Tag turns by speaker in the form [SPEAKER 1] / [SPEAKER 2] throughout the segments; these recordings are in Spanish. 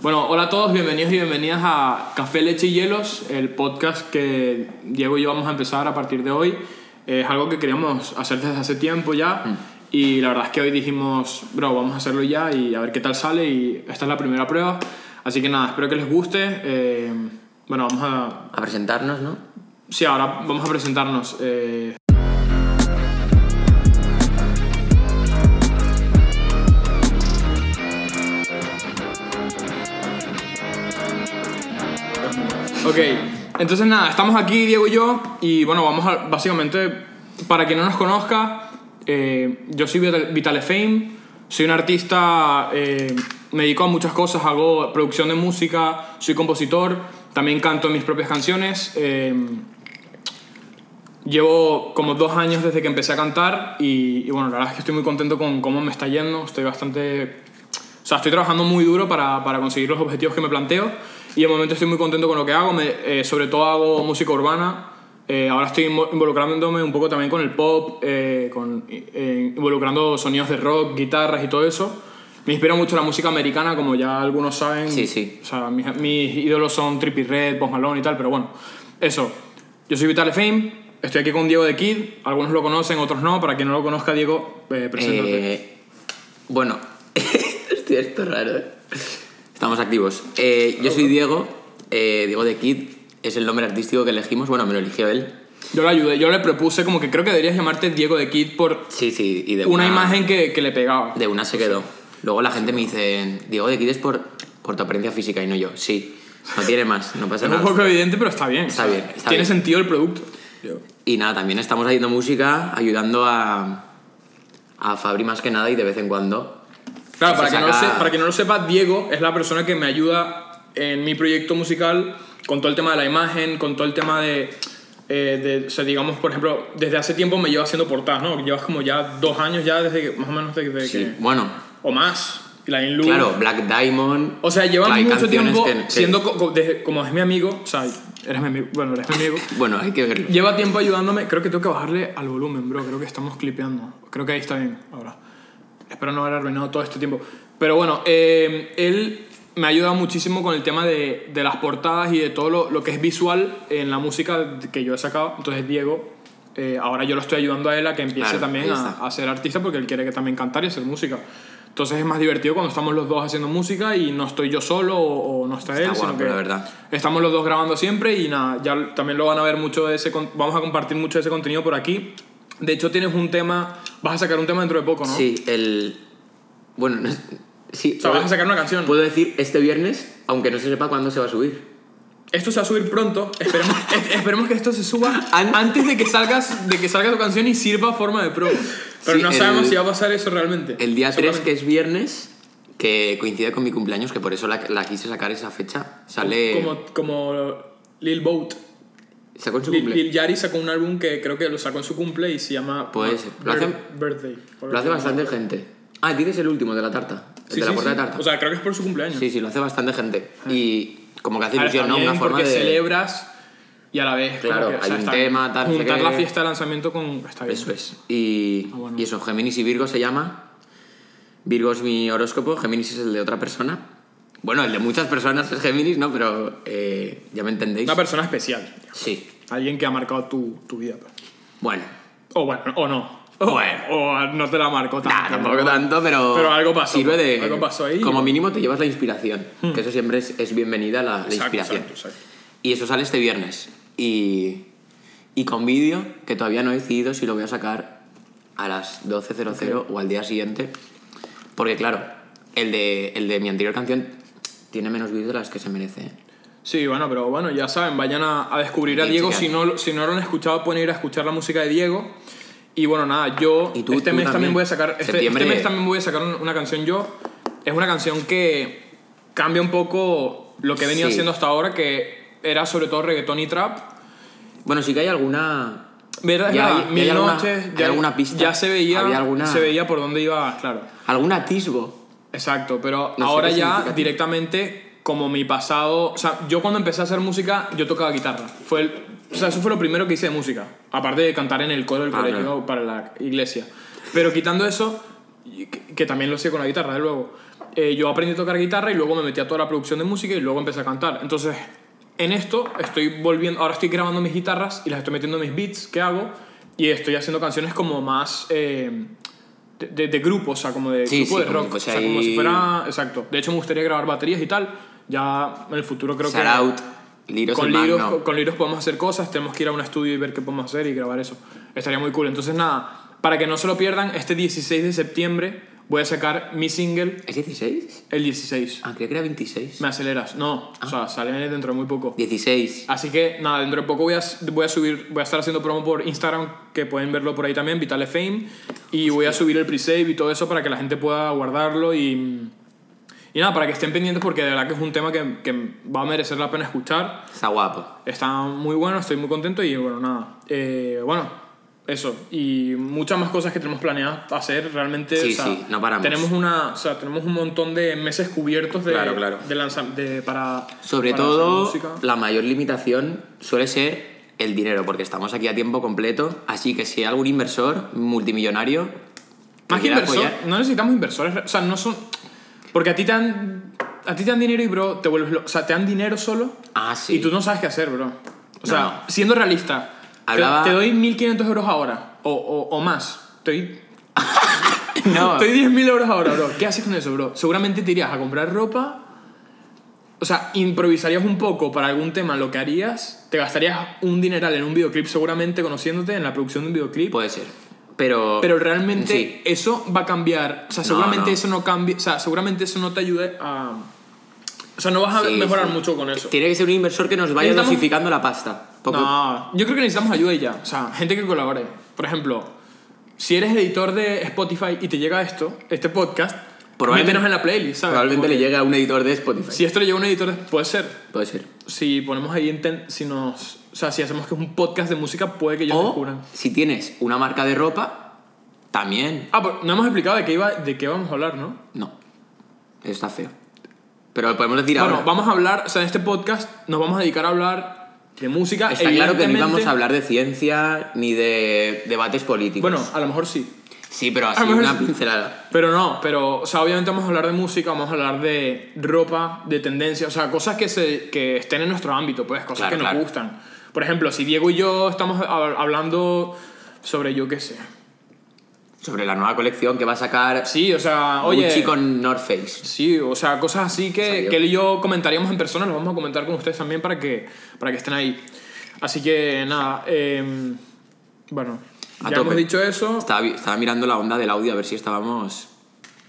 [SPEAKER 1] Bueno, hola a todos, bienvenidos y bienvenidas a Café, Leche y Hielos, el podcast que Diego y yo vamos a empezar a partir de hoy. Eh, Es algo que queríamos hacer desde hace tiempo ya y la verdad es que hoy dijimos, bro, vamos a hacerlo ya y a ver qué tal sale y esta es la primera prueba. Así que nada, espero que les guste. Eh, bueno, vamos a...
[SPEAKER 2] A presentarnos, ¿no?
[SPEAKER 1] Sí, ahora vamos a presentarnos. eh, Ok, entonces nada, estamos aquí Diego y yo y bueno, vamos a, básicamente, para quien no nos conozca, eh, yo soy Vital- Vitale Fame, soy un artista, eh, me dedico a muchas cosas, hago producción de música, soy compositor, también canto mis propias canciones. eh, Llevo como dos años desde que empecé a cantar y, y bueno, la verdad es que estoy muy contento con cómo me está yendo. Estoy bastante. O sea, estoy trabajando muy duro para, para conseguir los objetivos que me planteo y de momento estoy muy contento con lo que hago. Me- eh, sobre todo hago música urbana. Eh, ahora estoy invo- involucrándome un poco también con el pop, eh, con, eh, involucrando sonidos de rock, guitarras y todo eso. Me inspira mucho la música americana, como ya algunos saben.
[SPEAKER 2] Sí, sí.
[SPEAKER 1] O sea, mis, mis ídolos son Trippie Red, Post Malone y tal, pero bueno, eso. Yo soy Vitale Fame, estoy aquí con Diego de Kid, algunos lo conocen, otros no, para quien no lo conozca, Diego, eh, preséntate.
[SPEAKER 2] Eh, bueno, hostia, esto es raro. ¿eh? Estamos activos. Eh, yo soy Diego, eh, Diego de Kid, es el nombre artístico que elegimos, bueno, me lo eligió él.
[SPEAKER 1] Yo le ayudé, yo le propuse como que creo que deberías llamarte Diego de Kid por
[SPEAKER 2] Sí, sí, y de
[SPEAKER 1] una imagen que, que le pegaba.
[SPEAKER 2] De una se quedó. Luego la gente me dice, Diego de Kid es por, por tu apariencia física y no yo. Sí, no tiene más, no pasa
[SPEAKER 1] Es un
[SPEAKER 2] nada.
[SPEAKER 1] poco evidente, pero está bien.
[SPEAKER 2] Está
[SPEAKER 1] o sea,
[SPEAKER 2] bien, está
[SPEAKER 1] Tiene
[SPEAKER 2] bien.
[SPEAKER 1] sentido el producto.
[SPEAKER 2] Y nada, también estamos haciendo música, ayudando a, a Fabri más que nada y de vez en cuando.
[SPEAKER 1] Claro,
[SPEAKER 2] Se
[SPEAKER 1] para, que no lo
[SPEAKER 2] saca-
[SPEAKER 1] se- para que no lo sepa, Diego es la persona que me ayuda en mi proyecto musical con todo el tema de la imagen, con todo el tema de, eh, de- o sea, digamos, por ejemplo, desde hace tiempo me lleva haciendo portadas, ¿no? Llevas como ya dos años ya desde que, más o menos desde
[SPEAKER 2] Sí,
[SPEAKER 1] que...
[SPEAKER 2] Bueno,
[SPEAKER 1] O más, la In Loop.
[SPEAKER 2] claro, Black Diamond.
[SPEAKER 1] O sea, llevas
[SPEAKER 2] hay
[SPEAKER 1] mucho
[SPEAKER 2] canciones
[SPEAKER 1] tiempo
[SPEAKER 2] que- que-
[SPEAKER 1] siendo, co- co- desde- como es mi amigo, o sea, eres mi amigo, bueno, eres mi amigo.
[SPEAKER 2] Bueno, hay que verlo.
[SPEAKER 1] Lleva tiempo ayudándome. Creo que tengo que bajarle al volumen, bro. Creo que estamos clipeando. Creo que ahí está bien ahora. Espero no haber arruinado todo este tiempo. Pero bueno, eh, él me ha ayudado muchísimo con el tema de, de las portadas y de todo lo, lo que es visual en la música que yo he sacado. Entonces, Diego, eh, ahora yo lo estoy ayudando a él a que empiece
[SPEAKER 2] Claro,
[SPEAKER 1] también
[SPEAKER 2] ahí
[SPEAKER 1] a,
[SPEAKER 2] está.
[SPEAKER 1] a ser artista porque él quiere que también cantar y hacer música. Entonces es más divertido cuando estamos los dos haciendo música y no estoy yo solo o, o no está,
[SPEAKER 2] Está
[SPEAKER 1] él, sino
[SPEAKER 2] guapo,
[SPEAKER 1] que
[SPEAKER 2] la verdad.
[SPEAKER 1] Estamos los dos grabando siempre y nada, ya también lo van a ver mucho de ese con- vamos a compartir mucho de ese contenido por aquí. De hecho tienes un tema, vas a sacar un tema dentro de poco, ¿no?
[SPEAKER 2] Sí, el. Bueno, no es- sí.
[SPEAKER 1] O sea, vas a sacar una canción.
[SPEAKER 2] Puedo decir este viernes, aunque no se sepa cuándo se va a subir.
[SPEAKER 1] Esto se va a subir pronto. Esperemos, es- esperemos que esto se suba
[SPEAKER 2] An-
[SPEAKER 1] antes de que salgas de que salga tu canción y sirva a forma de pro. Pero
[SPEAKER 2] Sí,
[SPEAKER 1] no
[SPEAKER 2] el-
[SPEAKER 1] sabemos si va a pasar eso realmente.
[SPEAKER 2] El día 3,
[SPEAKER 1] Seguramente.
[SPEAKER 2] que es viernes, que coincide con mi cumpleaños, que por eso la, la quise sacar esa fecha. Sale.
[SPEAKER 1] como como Lil Boat.
[SPEAKER 2] Sacó en su
[SPEAKER 1] Lil,
[SPEAKER 2] cumple.
[SPEAKER 1] Lil Yari sacó un álbum que creo que lo sacó en su cumple y se llama
[SPEAKER 2] Puede ser. Lo hace-
[SPEAKER 1] Birthday.
[SPEAKER 2] Lo hace bastante gente. Ah, tienes el último de la tarta. El
[SPEAKER 1] Sí,
[SPEAKER 2] de
[SPEAKER 1] sí,
[SPEAKER 2] la puerta
[SPEAKER 1] sí.
[SPEAKER 2] de tarta.
[SPEAKER 1] O sea, creo que es por su cumpleaños.
[SPEAKER 2] sí, sí, lo hace bastante gente. Y como que hace
[SPEAKER 1] Ahora
[SPEAKER 2] ilusión, ¿no?
[SPEAKER 1] también
[SPEAKER 2] Una forma
[SPEAKER 1] porque
[SPEAKER 2] de.
[SPEAKER 1] celebras y a la vez como
[SPEAKER 2] Claro,
[SPEAKER 1] que, o
[SPEAKER 2] hay
[SPEAKER 1] sea,
[SPEAKER 2] un
[SPEAKER 1] está-
[SPEAKER 2] tema, tal, no sé
[SPEAKER 1] juntar
[SPEAKER 2] qué.
[SPEAKER 1] la fiesta de lanzamiento con está bien.
[SPEAKER 2] Eso es. Y,
[SPEAKER 1] Ah, bueno.
[SPEAKER 2] y eso, Géminis y Virgo se llama. Virgo es mi horóscopo, Géminis es el de otra persona. Bueno, el de muchas personas es Géminis, ¿no? Pero eh, ya me entendéis.
[SPEAKER 1] Una persona especial,
[SPEAKER 2] sí.
[SPEAKER 1] alguien que ha marcado tu, tu vida. pues.
[SPEAKER 2] Bueno,
[SPEAKER 1] O bueno, o no.
[SPEAKER 2] Bueno.
[SPEAKER 1] O no te la marcó tanto.
[SPEAKER 2] nah, tampoco tanto, pero.
[SPEAKER 1] Ah, Pero algo pasó,
[SPEAKER 2] Sirve de.
[SPEAKER 1] algo pasó ahí. Hmm.
[SPEAKER 2] Como mínimo te llevas la inspiración. Que eso siempre es, es bienvenida la, la
[SPEAKER 1] Exacto,
[SPEAKER 2] inspiración.
[SPEAKER 1] exacto, exacto.
[SPEAKER 2] Y eso sale este viernes. Y. Y con vídeo, que todavía no he decidido si lo voy a sacar a las 12.00 o al día siguiente. Porque, claro, el de, el de mi anterior canción tiene menos vídeos de las que se merece. ¿eh?
[SPEAKER 1] Sí, bueno, pero bueno, ya saben, vayan a, a descubrir a
[SPEAKER 2] Y
[SPEAKER 1] Diego. Si
[SPEAKER 2] chequear.
[SPEAKER 1] no, si no lo han escuchado, pueden ir a escuchar la música de Diego. Y bueno, nada, yo
[SPEAKER 2] Y tú-
[SPEAKER 1] este
[SPEAKER 2] tú
[SPEAKER 1] mes también
[SPEAKER 2] también.
[SPEAKER 1] voy a sacar. Este,
[SPEAKER 2] Septiembre-
[SPEAKER 1] este mes también voy a sacar un- una canción yo. Es una canción que cambia un poco lo que he venido
[SPEAKER 2] Sí.
[SPEAKER 1] haciendo hasta ahora, que era sobre todo reggaetón y trap.
[SPEAKER 2] Bueno, sí que hay alguna.
[SPEAKER 1] ¿Verdad? es
[SPEAKER 2] Ya
[SPEAKER 1] verdad,
[SPEAKER 2] hay- ya
[SPEAKER 1] Mil
[SPEAKER 2] hay alguna-
[SPEAKER 1] noches,
[SPEAKER 2] hay
[SPEAKER 1] ya,
[SPEAKER 2] alguna pista,
[SPEAKER 1] ya se veía,
[SPEAKER 2] había alguna-
[SPEAKER 1] se veía por dónde iba, claro.
[SPEAKER 2] algún atisbo.
[SPEAKER 1] Exacto, pero
[SPEAKER 2] No sé
[SPEAKER 1] ahora
[SPEAKER 2] qué
[SPEAKER 1] ya
[SPEAKER 2] significa.
[SPEAKER 1] directamente como mi pasado, o sea, yo cuando empecé a hacer música, yo tocaba guitarra. Fue el- o sea, eso fue lo primero que hice de música, aparte de cantar en el coro del
[SPEAKER 2] Ah,
[SPEAKER 1] colegio
[SPEAKER 2] claro.
[SPEAKER 1] para la iglesia. Pero quitando eso, y que, que también lo hacía con la guitarra, de luego. eh, yo aprendí a tocar guitarra y luego me metí a toda la producción de música y luego empecé a cantar. Entonces, en esto estoy volviendo, ahora estoy grabando mis guitarras y las estoy metiendo en mis beats que hago y estoy haciendo canciones como más eh, de, de- de grupo, o sea, como de
[SPEAKER 2] Sí,
[SPEAKER 1] grupo
[SPEAKER 2] sí,
[SPEAKER 1] de
[SPEAKER 2] como
[SPEAKER 1] rock.
[SPEAKER 2] que
[SPEAKER 1] o sea,
[SPEAKER 2] fuese
[SPEAKER 1] como si
[SPEAKER 2] ahí-
[SPEAKER 1] fuera... Exacto. De hecho, me gustaría grabar baterías y tal. Ya en el futuro creo que...
[SPEAKER 2] Shout out, Liros
[SPEAKER 1] con
[SPEAKER 2] en
[SPEAKER 1] libros,
[SPEAKER 2] Magno.
[SPEAKER 1] con libros podemos hacer cosas, tenemos que ir a un estudio y ver qué podemos hacer y grabar eso. Estaría muy cool. Entonces, nada, para que no se lo pierdan, este 16 de septiembre voy a sacar mi single
[SPEAKER 2] ¿Es 16?
[SPEAKER 1] el 16.
[SPEAKER 2] Ah, creo que era 26.
[SPEAKER 1] Me aceleras. No, o sea, sale dentro de muy poco.
[SPEAKER 2] 16.
[SPEAKER 1] Así que nada, dentro de poco voy a, voy a subir, voy a estar haciendo promo por Instagram, que pueden verlo por ahí también, Vitale Fame, y voy a subir el pre-save y todo eso para que la gente pueda guardarlo y, y nada, para que estén pendientes porque de verdad que es un tema que, que va a merecer la pena escuchar.
[SPEAKER 2] Está guapo.
[SPEAKER 1] Está muy bueno, estoy muy contento y bueno, nada. Eh, bueno, eso. Y muchas más cosas que tenemos planeadas hacer realmente.
[SPEAKER 2] Sí,
[SPEAKER 1] o sea,
[SPEAKER 2] sí, no paramos.
[SPEAKER 1] Tenemos, una, o sea, tenemos un montón de meses cubiertos de,
[SPEAKER 2] Claro, claro.
[SPEAKER 1] de lanza- de- para.
[SPEAKER 2] Sobre
[SPEAKER 1] para
[SPEAKER 2] todo,
[SPEAKER 1] lanzar música.
[SPEAKER 2] la mayor limitación suele ser el dinero, porque estamos aquí a tiempo completo. Así que si hay algún inversor multimillonario.
[SPEAKER 1] Más que
[SPEAKER 2] quiera
[SPEAKER 1] inversor,
[SPEAKER 2] apoyar-
[SPEAKER 1] no necesitamos inversores. O sea, no son. Porque a ti te dan. A ti te dan dinero y, bro, te vuelves loco. O sea, te dan dinero solo.
[SPEAKER 2] Ah, sí.
[SPEAKER 1] Y tú no sabes qué hacer, bro. O sea,
[SPEAKER 2] no.
[SPEAKER 1] siendo realista, te-
[SPEAKER 2] Hablaba-
[SPEAKER 1] te, doy 1.500 euros ahora. O, o, o más. Te doy
[SPEAKER 2] No.
[SPEAKER 1] Estoy 10.000 euros ahora, bro. ¿Qué haces con eso, bro? Seguramente te irías a comprar ropa. O sea, improvisarías un poco para algún tema lo que harías. Te gastarías un dineral en un videoclip, seguramente conociéndote en la producción de un videoclip.
[SPEAKER 2] Puede ser. Pero.
[SPEAKER 1] pero realmente
[SPEAKER 2] Sí.
[SPEAKER 1] eso va a cambiar. O sea, seguramente
[SPEAKER 2] no.
[SPEAKER 1] eso no cambia. O sea, seguramente eso no te ayude a. O sea, no vas a
[SPEAKER 2] Sí,
[SPEAKER 1] mejorar
[SPEAKER 2] sí.
[SPEAKER 1] mucho con eso.
[SPEAKER 2] Tiene que ser un inversor que nos vaya
[SPEAKER 1] Necesitamos-
[SPEAKER 2] dosificando la pasta. Poco-
[SPEAKER 1] No, yo creo que necesitamos ayuda y ya. O sea, gente que colabore. Por ejemplo, si eres editor de Spotify y te llega esto, este podcast,
[SPEAKER 2] Probablemente-
[SPEAKER 1] métenos en la playlist, ¿sabes?
[SPEAKER 2] Probablemente
[SPEAKER 1] Como
[SPEAKER 2] le
[SPEAKER 1] que-
[SPEAKER 2] llegue a un editor de Spotify.
[SPEAKER 1] Si esto le llega a un editor, puede ser.
[SPEAKER 2] Puede ser.
[SPEAKER 1] Si ponemos ahí, inten- si nos. O sea, si hacemos que es un podcast de música, puede que ellos
[SPEAKER 2] O
[SPEAKER 1] descubran.
[SPEAKER 2] si tienes una marca de ropa, también.
[SPEAKER 1] Ah, pero no hemos explicado de qué, iba, de qué vamos a hablar, ¿no?
[SPEAKER 2] No. Eso está feo. Pero lo podemos decir
[SPEAKER 1] Bueno,
[SPEAKER 2] ahora.
[SPEAKER 1] vamos a hablar, o sea, en este podcast nos vamos a dedicar a hablar de música.
[SPEAKER 2] Está claro que no
[SPEAKER 1] Ah, evidentemente-
[SPEAKER 2] íbamos a hablar de ciencia ni de debates políticos.
[SPEAKER 1] Bueno, a lo mejor sí.
[SPEAKER 2] sí, pero
[SPEAKER 1] a
[SPEAKER 2] así
[SPEAKER 1] lo mejor
[SPEAKER 2] una
[SPEAKER 1] sí.
[SPEAKER 2] pincelada.
[SPEAKER 1] Pero no, pero, o sea, obviamente vamos a hablar de música, vamos a hablar de ropa, de tendencia, o sea, cosas que, se, que estén en nuestro ámbito, pues, cosas
[SPEAKER 2] Claro,
[SPEAKER 1] que nos
[SPEAKER 2] claro.
[SPEAKER 1] gustan. Por ejemplo, si Diego y yo estamos hab- hablando sobre, yo qué sé.
[SPEAKER 2] Sobre la nueva colección que va a sacar
[SPEAKER 1] Sí, o sea, oye.
[SPEAKER 2] Gucci con North Face.
[SPEAKER 1] Sí, o sea, cosas así que,
[SPEAKER 2] Salió.
[SPEAKER 1] que él y yo comentaríamos en persona, lo vamos a comentar con ustedes también para que, para que estén ahí. Así que, nada, em, bueno,
[SPEAKER 2] A
[SPEAKER 1] ya
[SPEAKER 2] tope.
[SPEAKER 1] hemos dicho eso.
[SPEAKER 2] Estaba, vi- estaba mirando la onda del audio a ver si estábamos...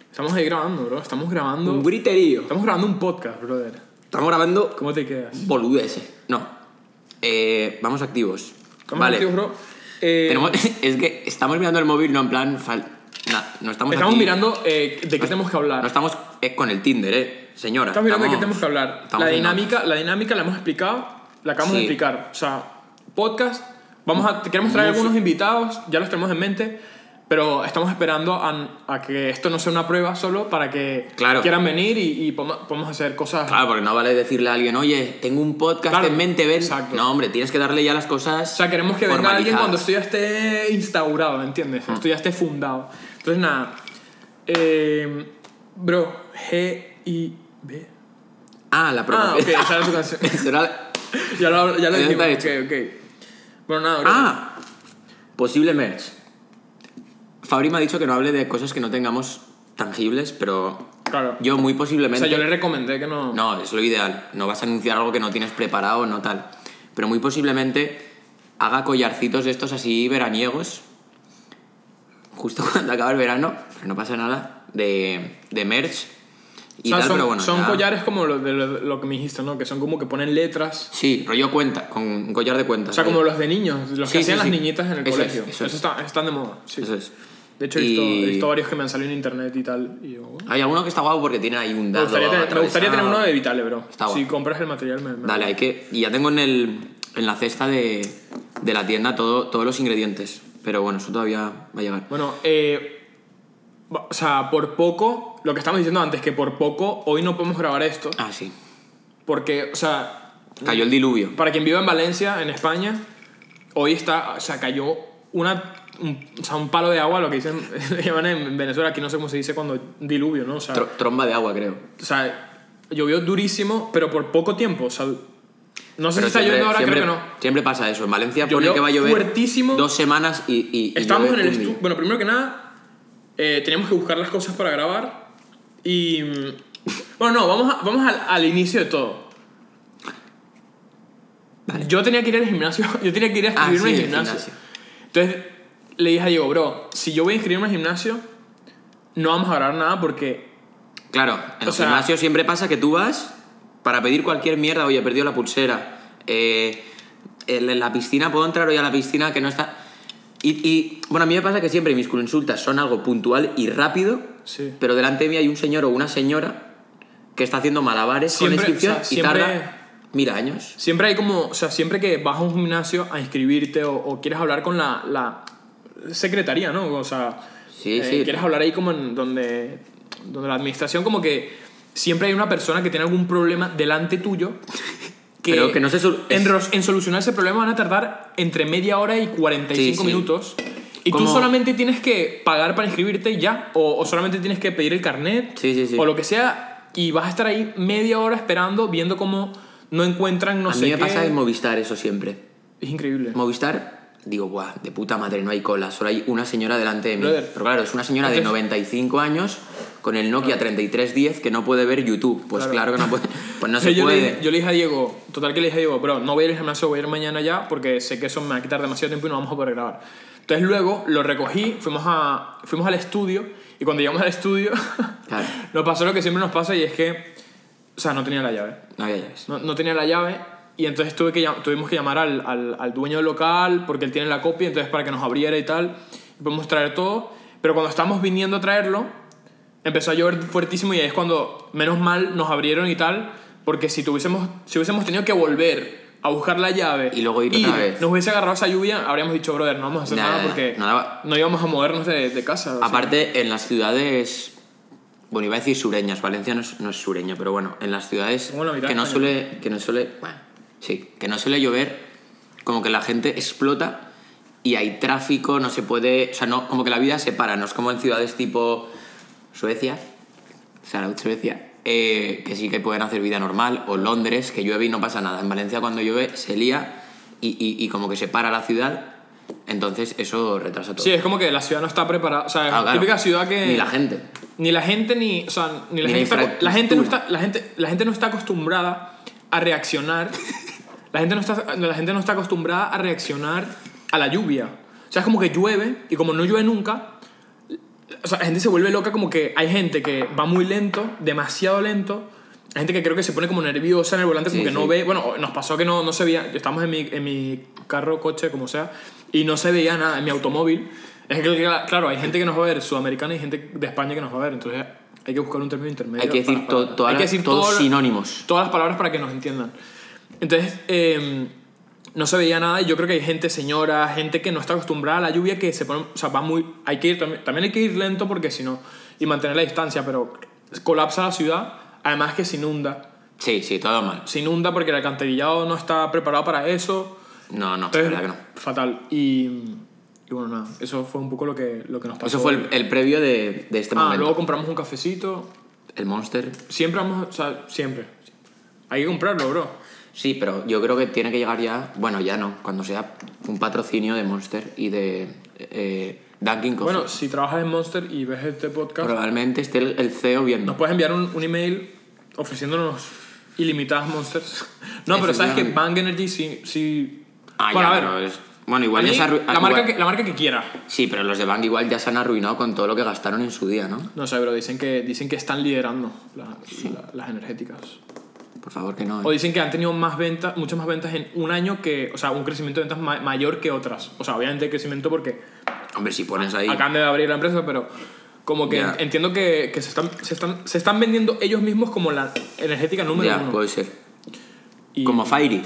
[SPEAKER 1] Estamos ahí grabando, bro, estamos grabando.
[SPEAKER 2] Un griterío.
[SPEAKER 1] Estamos grabando un podcast, brother.
[SPEAKER 2] Estamos grabando
[SPEAKER 1] ¿Cómo te quedas?
[SPEAKER 2] boludeces. No. Eh, vamos activos.
[SPEAKER 1] Estamos
[SPEAKER 2] vale.
[SPEAKER 1] activos, bro. Eh,
[SPEAKER 2] Tenemos- es que estamos mirando el móvil, no en plan... fal- na- no estamos
[SPEAKER 1] estamos
[SPEAKER 2] aquí-
[SPEAKER 1] mirando eh, de qué tenemos que hablar.
[SPEAKER 2] No estamos eh, con el Tinder, eh. Señora.
[SPEAKER 1] estamos mirando de qué tenemos que hablar.
[SPEAKER 2] estamos
[SPEAKER 1] La
[SPEAKER 2] en-
[SPEAKER 1] dinámica, la dinámica la hemos explicado, la acabamos de
[SPEAKER 2] Sí.
[SPEAKER 1] explicar. O sea, podcast, vamos a, te queremos traer
[SPEAKER 2] Música.
[SPEAKER 1] algunos invitados, ya los tenemos en mente, pero estamos esperando a, a que esto no sea una prueba solo para que
[SPEAKER 2] Claro.
[SPEAKER 1] quieran venir y, y podamos podamos hacer cosas.
[SPEAKER 2] Claro, porque no vale decirle a alguien, oye, tengo un podcast
[SPEAKER 1] Claro,
[SPEAKER 2] en mente, ven.
[SPEAKER 1] exacto.
[SPEAKER 2] No, hombre, tienes que darle ya las cosas.
[SPEAKER 1] O sea, queremos que venga alguien cuando esto ya esté instaurado, ¿entiendes? Esto ya esté fundado. Entonces, nada. Eh, bro, G-I-B.
[SPEAKER 2] Ah, la
[SPEAKER 1] Ah, ok,
[SPEAKER 2] promoción.
[SPEAKER 1] esa era tu canción.
[SPEAKER 2] Eso era-
[SPEAKER 1] ya lo, ya lo
[SPEAKER 2] Ya
[SPEAKER 1] dijimos.
[SPEAKER 2] está
[SPEAKER 1] Ok, ok. Bueno, nada, bro.
[SPEAKER 2] Ah, posible merch. Fabri me ha dicho que no hable de cosas que no tengamos tangibles, pero
[SPEAKER 1] claro.
[SPEAKER 2] yo muy
[SPEAKER 1] o
[SPEAKER 2] posiblemente.
[SPEAKER 1] sea, yo le recomendé que no.
[SPEAKER 2] No, es lo ideal. No vas a anunciar algo que no tienes preparado, no tal. Pero muy posiblemente haga collarcitos de estos así veraniegos. Justo cuando acaba el verano, pero no pasa nada. De, de merch.
[SPEAKER 1] O
[SPEAKER 2] Y
[SPEAKER 1] sea,
[SPEAKER 2] tal,
[SPEAKER 1] son,
[SPEAKER 2] pero bueno.
[SPEAKER 1] son
[SPEAKER 2] ya-
[SPEAKER 1] collares como lo, de lo, lo que me dijiste, ¿no? Que son como que ponen letras.
[SPEAKER 2] Sí, rollo cuenta, con un collar de cuentas.
[SPEAKER 1] O sea,
[SPEAKER 2] rollo.
[SPEAKER 1] como los de niños, los
[SPEAKER 2] Sí,
[SPEAKER 1] que
[SPEAKER 2] sí,
[SPEAKER 1] hacían
[SPEAKER 2] sí.
[SPEAKER 1] las niñitas en el
[SPEAKER 2] Eso es,
[SPEAKER 1] colegio.
[SPEAKER 2] eso es.
[SPEAKER 1] está- están de moda. Sí.
[SPEAKER 2] Eso es.
[SPEAKER 1] De hecho, he visto,
[SPEAKER 2] Y-
[SPEAKER 1] he visto varios que me han salido en internet y tal. Y yo, bueno.
[SPEAKER 2] Hay alguno que está guapo porque tiene ahí un
[SPEAKER 1] Me
[SPEAKER 2] dado.
[SPEAKER 1] gustaría, tener, me gustaría tener uno
[SPEAKER 2] atravesado.
[SPEAKER 1] de Vitale, bro.
[SPEAKER 2] Está
[SPEAKER 1] si
[SPEAKER 2] guapo.
[SPEAKER 1] compras el material, me. me-
[SPEAKER 2] Dale, hay que. Y ya tengo en, el, en la cesta de, de la tienda todo, todos los ingredientes. Pero bueno, eso todavía va a llegar.
[SPEAKER 1] Bueno, eh, va- o sea, por poco, lo que estamos diciendo antes, que por poco hoy no podemos grabar esto,
[SPEAKER 2] Ah, sí.
[SPEAKER 1] porque, o sea,
[SPEAKER 2] Cayó el diluvio.
[SPEAKER 1] para quien viva en Valencia, en España, hoy está, o sea, cayó una un, o sea, un palo de agua, lo que dicen, lo llaman en Venezuela, aquí no sé cómo se dice cuando diluvio, ¿no? O sea,
[SPEAKER 2] Tro- tromba de agua, creo.
[SPEAKER 1] o sea, llovió durísimo, pero por poco tiempo. O sea, no sé si
[SPEAKER 2] Pero
[SPEAKER 1] está lloviendo ahora,
[SPEAKER 2] siempre,
[SPEAKER 1] creo que no.
[SPEAKER 2] Siempre pasa eso. En Valencia
[SPEAKER 1] Llovió
[SPEAKER 2] pone que va a llover
[SPEAKER 1] fuertísimo.
[SPEAKER 2] dos semanas y. y- y
[SPEAKER 1] Estábamos en
[SPEAKER 2] llueve
[SPEAKER 1] el
[SPEAKER 2] un
[SPEAKER 1] estudio.
[SPEAKER 2] día.
[SPEAKER 1] Bueno, primero que nada, eh, teníamos que buscar las cosas para grabar. Y. mm, Bueno, no, vamos, a- vamos al, al inicio de todo. Yo tenía que ir al gimnasio. Yo tenía que ir a
[SPEAKER 2] Ah,
[SPEAKER 1] escribirme
[SPEAKER 2] sí,
[SPEAKER 1] al
[SPEAKER 2] el
[SPEAKER 1] gimnasio.
[SPEAKER 2] gimnasio.
[SPEAKER 1] Entonces le dije a Diego, bro, si yo voy a inscribirme al gimnasio, no vamos a grabar nada porque
[SPEAKER 2] Claro, en
[SPEAKER 1] O
[SPEAKER 2] el
[SPEAKER 1] sea-
[SPEAKER 2] gimnasio siempre pasa que tú vas para pedir cualquier mierda. Oye, he perdido la pulsera. eh, en en la piscina puedo entrar hoy a la piscina que no está. Y, y, bueno, a mí me pasa que siempre mis consultas son algo puntual y rápido.
[SPEAKER 1] Sí.
[SPEAKER 2] Pero delante de mí hay un señor o una señora que está haciendo malabares
[SPEAKER 1] Siempre,
[SPEAKER 2] con inscripción
[SPEAKER 1] o sea,
[SPEAKER 2] y
[SPEAKER 1] siempre-
[SPEAKER 2] tarda. Mira, años.
[SPEAKER 1] Siempre hay como, o sea, siempre que vas a un gimnasio a inscribirte o, o quieres hablar con la, la secretaría, ¿no? O sea, eh,
[SPEAKER 2] Sí, sí.
[SPEAKER 1] quieres hablar ahí como en donde, donde la administración, como que siempre hay una persona que tiene algún problema delante tuyo. Que,
[SPEAKER 2] Pero que no se sol-
[SPEAKER 1] en,
[SPEAKER 2] es-
[SPEAKER 1] ros- en solucionar ese problema van a tardar entre media hora y 45
[SPEAKER 2] Sí, sí.
[SPEAKER 1] minutos. Y tú
[SPEAKER 2] Como-
[SPEAKER 1] solamente tienes que pagar para inscribirte y ya, o, o solamente tienes que pedir el carnet,
[SPEAKER 2] Sí, sí, sí.
[SPEAKER 1] o lo que sea, y vas a estar ahí media hora esperando, viendo cómo no encuentran, no
[SPEAKER 2] a
[SPEAKER 1] sé
[SPEAKER 2] mí me
[SPEAKER 1] qué.
[SPEAKER 2] pasa en Movistar eso siempre.
[SPEAKER 1] Es increíble.
[SPEAKER 2] Movistar, digo, guau, de puta madre, no hay cola, solo hay una señora delante de mí.
[SPEAKER 1] Brother.
[SPEAKER 2] Pero claro, es una señora de
[SPEAKER 1] Entonces-
[SPEAKER 2] 95 años con el Nokia 3310 que no puede ver YouTube. Pues
[SPEAKER 1] Claro.
[SPEAKER 2] claro, que no puede. Pues no
[SPEAKER 1] O sea,
[SPEAKER 2] se
[SPEAKER 1] yo,
[SPEAKER 2] puede.
[SPEAKER 1] Le, yo le dije a Diego, total que le dije a Diego, bro, no voy a ir al gimnasio, voy a ir mañana ya porque sé que eso me va a quitar demasiado tiempo y no vamos a poder grabar. Entonces luego lo recogí, fuimos, a, fuimos al estudio y cuando llegamos al estudio
[SPEAKER 2] Claro.
[SPEAKER 1] nos pasó lo que siempre nos pasa y es que, o sea, no tenía la llave.
[SPEAKER 2] No había llaves.
[SPEAKER 1] No, no tenía la llave y entonces tuve que, llam- tuvimos que llamar al, al, al dueño del local porque él tiene la copia, entonces para que nos abriera y tal, y podemos traer todo. Pero cuando estábamos viniendo a traerlo, empezó a llover fuertísimo y ahí es cuando, menos mal, nos abrieron y tal, porque si, tuviésemos, si hubiésemos tenido que volver a buscar la llave
[SPEAKER 2] Y luego ir otra vez.
[SPEAKER 1] nos hubiese agarrado esa lluvia, habríamos dicho, brother, no vamos a hacer
[SPEAKER 2] Ya,
[SPEAKER 1] nada
[SPEAKER 2] ya, ya.
[SPEAKER 1] porque
[SPEAKER 2] No daba-
[SPEAKER 1] no íbamos a movernos de, de casa. o sea.
[SPEAKER 2] Aparte, en las ciudades. Bueno, iba a decir sureñas, Valencia no es, no es sureño, pero bueno, en las ciudades
[SPEAKER 1] Como la mitad
[SPEAKER 2] que no
[SPEAKER 1] de
[SPEAKER 2] suele. Que no suele. Bueno, sí, que no suele llover, como que la gente explota y hay tráfico, no se puede. O sea, no, como que la vida se para, no es como en ciudades tipo Suecia, Saraut, Suecia, eh, que sí que pueden hacer vida normal, o Londres, que llueve y no pasa nada. En Valencia cuando llueve se lía y, y- y como que se para la ciudad, entonces eso retrasa todo.
[SPEAKER 1] Sí, es como que la ciudad no está preparada. O sea, es
[SPEAKER 2] Ah, claro.
[SPEAKER 1] típica ciudad que.
[SPEAKER 2] Ni la gente.
[SPEAKER 1] Ni la gente ni. O sea, ni la,
[SPEAKER 2] Ni la
[SPEAKER 1] gente, está- la,
[SPEAKER 2] infraestructura.
[SPEAKER 1] gente no está. La gente, la gente no está acostumbrada a reaccionar. la, gente no está, la gente no está acostumbrada a reaccionar a la lluvia. O sea, es como que llueve y como no llueve nunca. O sea, la gente se vuelve loca como que hay gente que va muy lento, demasiado lento. Hay gente que creo que se pone como nerviosa en el volante, como
[SPEAKER 2] Sí,
[SPEAKER 1] que no
[SPEAKER 2] sí.
[SPEAKER 1] ve. Bueno, nos pasó que no, no se veía. Estamos en mi, en mi carro, coche, como sea, y no se veía nada en mi automóvil. Es que, cla- claro, hay gente que nos va a ver sudamericana y gente de España que nos va a ver. Entonces hay que buscar un término intermedio.
[SPEAKER 2] Hay que decir
[SPEAKER 1] para-
[SPEAKER 2] to-
[SPEAKER 1] para-
[SPEAKER 2] todas
[SPEAKER 1] hay que
[SPEAKER 2] las-
[SPEAKER 1] decir
[SPEAKER 2] todos
[SPEAKER 1] todo lo-
[SPEAKER 2] sinónimos.
[SPEAKER 1] todas las palabras para que nos entiendan. Entonces, eh, no se veía nada y yo creo que hay gente, señora, gente que no está acostumbrada a la lluvia que se pone, o sea, va muy, hay que ir, también, también hay que ir lento porque si no, y mantener la distancia, pero colapsa la ciudad, además que se inunda,
[SPEAKER 2] Sí, sí, todo mal.
[SPEAKER 1] se inunda porque el alcantarillado no está preparado para eso,
[SPEAKER 2] No, no, la
[SPEAKER 1] entonces,
[SPEAKER 2] verdad que no.
[SPEAKER 1] fatal. Y, y bueno, nada, eso fue un poco lo que, lo que nos pasó.
[SPEAKER 2] Eso fue el, el previo de, de este
[SPEAKER 1] Ah,
[SPEAKER 2] momento.
[SPEAKER 1] luego compramos un cafecito,
[SPEAKER 2] El Monster.
[SPEAKER 1] siempre vamos, o sea, siempre. Hay que comprarlo, bro.
[SPEAKER 2] Sí, pero yo creo que tiene que llegar ya. Bueno, ya no. Cuando sea un patrocinio de Monster y de eh, Dunkin' Coffee.
[SPEAKER 1] Bueno, si trabajas en Monster y ves este podcast,
[SPEAKER 2] probablemente esté el, el CEO viendo.
[SPEAKER 1] nos puedes enviar un, un email ofreciéndonos ilimitadas Monsters. No, pero sabes que
[SPEAKER 2] Efectivamente.
[SPEAKER 1] Bang Energy sí. sí...
[SPEAKER 2] Ah,
[SPEAKER 1] bueno,
[SPEAKER 2] ya,
[SPEAKER 1] a ver.
[SPEAKER 2] pero es- bueno, igual
[SPEAKER 1] a
[SPEAKER 2] ya
[SPEAKER 1] mí,
[SPEAKER 2] se arru-
[SPEAKER 1] la,
[SPEAKER 2] igual-
[SPEAKER 1] marca que, la marca que quiera.
[SPEAKER 2] Sí, pero los de Bang igual ya se han arruinado con todo lo que gastaron en su día, ¿no?
[SPEAKER 1] No sé, pero dicen que, dicen que están liderando la- la- las energéticas.
[SPEAKER 2] Por favor, que no. eh.
[SPEAKER 1] O dicen que han tenido más ventas, muchas más ventas en un año que. O sea, un crecimiento de ventas ma- mayor que otras. O sea, obviamente el crecimiento porque
[SPEAKER 2] Hombre, si pones ahí.
[SPEAKER 1] acaban de abrir la empresa, pero como que
[SPEAKER 2] Ya.
[SPEAKER 1] entiendo que, que se, están, se, están, se están vendiendo ellos mismos como la energética número
[SPEAKER 2] Ya,
[SPEAKER 1] uno.
[SPEAKER 2] puede ser.
[SPEAKER 1] Y-
[SPEAKER 2] Como Fairy.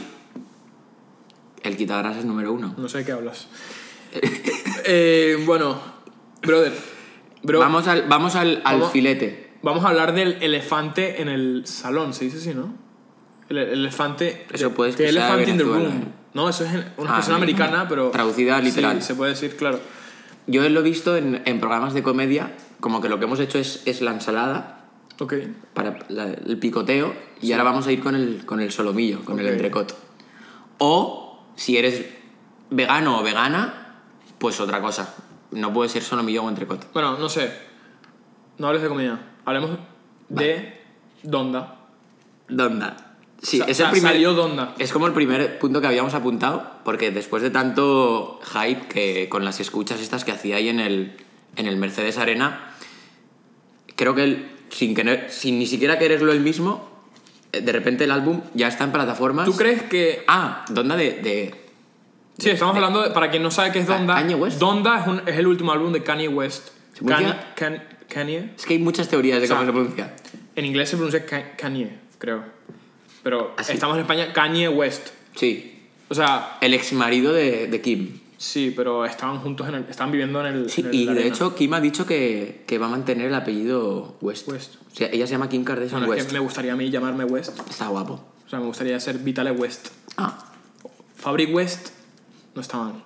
[SPEAKER 2] El quitagrasas número uno.
[SPEAKER 1] No sé de qué hablas. Eh, bueno, brother, bro, vamos.
[SPEAKER 2] vamos al, vamos al, al
[SPEAKER 1] Vamos-
[SPEAKER 2] filete.
[SPEAKER 1] a hablar del elefante en el salón, se dice así, ¿no? El, el elefante.
[SPEAKER 2] Eso puede
[SPEAKER 1] the
[SPEAKER 2] que sea
[SPEAKER 1] elephant in the
[SPEAKER 2] Venezuela,
[SPEAKER 1] room.
[SPEAKER 2] ¿eh?
[SPEAKER 1] No, eso es en- una
[SPEAKER 2] Ah,
[SPEAKER 1] expresión
[SPEAKER 2] sí.
[SPEAKER 1] americana, pero.
[SPEAKER 2] Traducida literal.
[SPEAKER 1] Sí, se puede decir, claro.
[SPEAKER 2] Yo lo he visto en, en programas de comedia, como que lo que hemos hecho es, es la ensalada
[SPEAKER 1] Ok.
[SPEAKER 2] para la- el picoteo y ahora vamos a ir con el, con el solomillo, con
[SPEAKER 1] Ok.
[SPEAKER 2] el entrecot. O si eres vegano o vegana, pues otra cosa. No puede ser solomillo o entrecot.
[SPEAKER 1] Bueno, no sé. No hables de comida. Hablemos de Donda.
[SPEAKER 2] Donda. Sí,
[SPEAKER 1] Sa-
[SPEAKER 2] es
[SPEAKER 1] sa-
[SPEAKER 2] el primer.
[SPEAKER 1] Salió Donda.
[SPEAKER 2] Es como el primer punto que habíamos apuntado, porque después de tanto hype que con las escuchas estas que hacía ahí en el, en el Mercedes Arena, creo que él, sin, querer- sin ni siquiera quererlo él mismo, eh, de repente el álbum ya está en plataformas.
[SPEAKER 1] ¿Tú crees que
[SPEAKER 2] Ah, Donda de. de-
[SPEAKER 1] Sí, estamos hablando, de- para quien no sabe qué es
[SPEAKER 2] Ah,
[SPEAKER 1] Donda,
[SPEAKER 2] Eh, Kanye West.
[SPEAKER 1] Donda es, un- es el último álbum de Kanye West.
[SPEAKER 2] ¿Se
[SPEAKER 1] Kanye,
[SPEAKER 2] pronuncia?
[SPEAKER 1] Kan- Kanye.
[SPEAKER 2] Es que hay muchas teorías de
[SPEAKER 1] sea,
[SPEAKER 2] cómo se pronuncia.
[SPEAKER 1] En inglés se pronuncia Ka- Kanye, creo. Pero
[SPEAKER 2] Así.
[SPEAKER 1] estamos en España, Kanye West.
[SPEAKER 2] Sí.
[SPEAKER 1] O sea,
[SPEAKER 2] El ex marido de, de Kim.
[SPEAKER 1] sí, pero estaban juntos, en el- estaban viviendo en el...
[SPEAKER 2] Sí,
[SPEAKER 1] en el-
[SPEAKER 2] y
[SPEAKER 1] la
[SPEAKER 2] de
[SPEAKER 1] arena.
[SPEAKER 2] hecho Kim ha dicho que, que va a mantener el apellido West.
[SPEAKER 1] West.
[SPEAKER 2] O sea, ella se llama Kim Kardashian
[SPEAKER 1] Bueno, es
[SPEAKER 2] West.
[SPEAKER 1] que me gustaría a mí llamarme West.
[SPEAKER 2] Está guapo.
[SPEAKER 1] O sea, me gustaría ser Vitale West.
[SPEAKER 2] Ah,
[SPEAKER 1] Fabric West no está mal.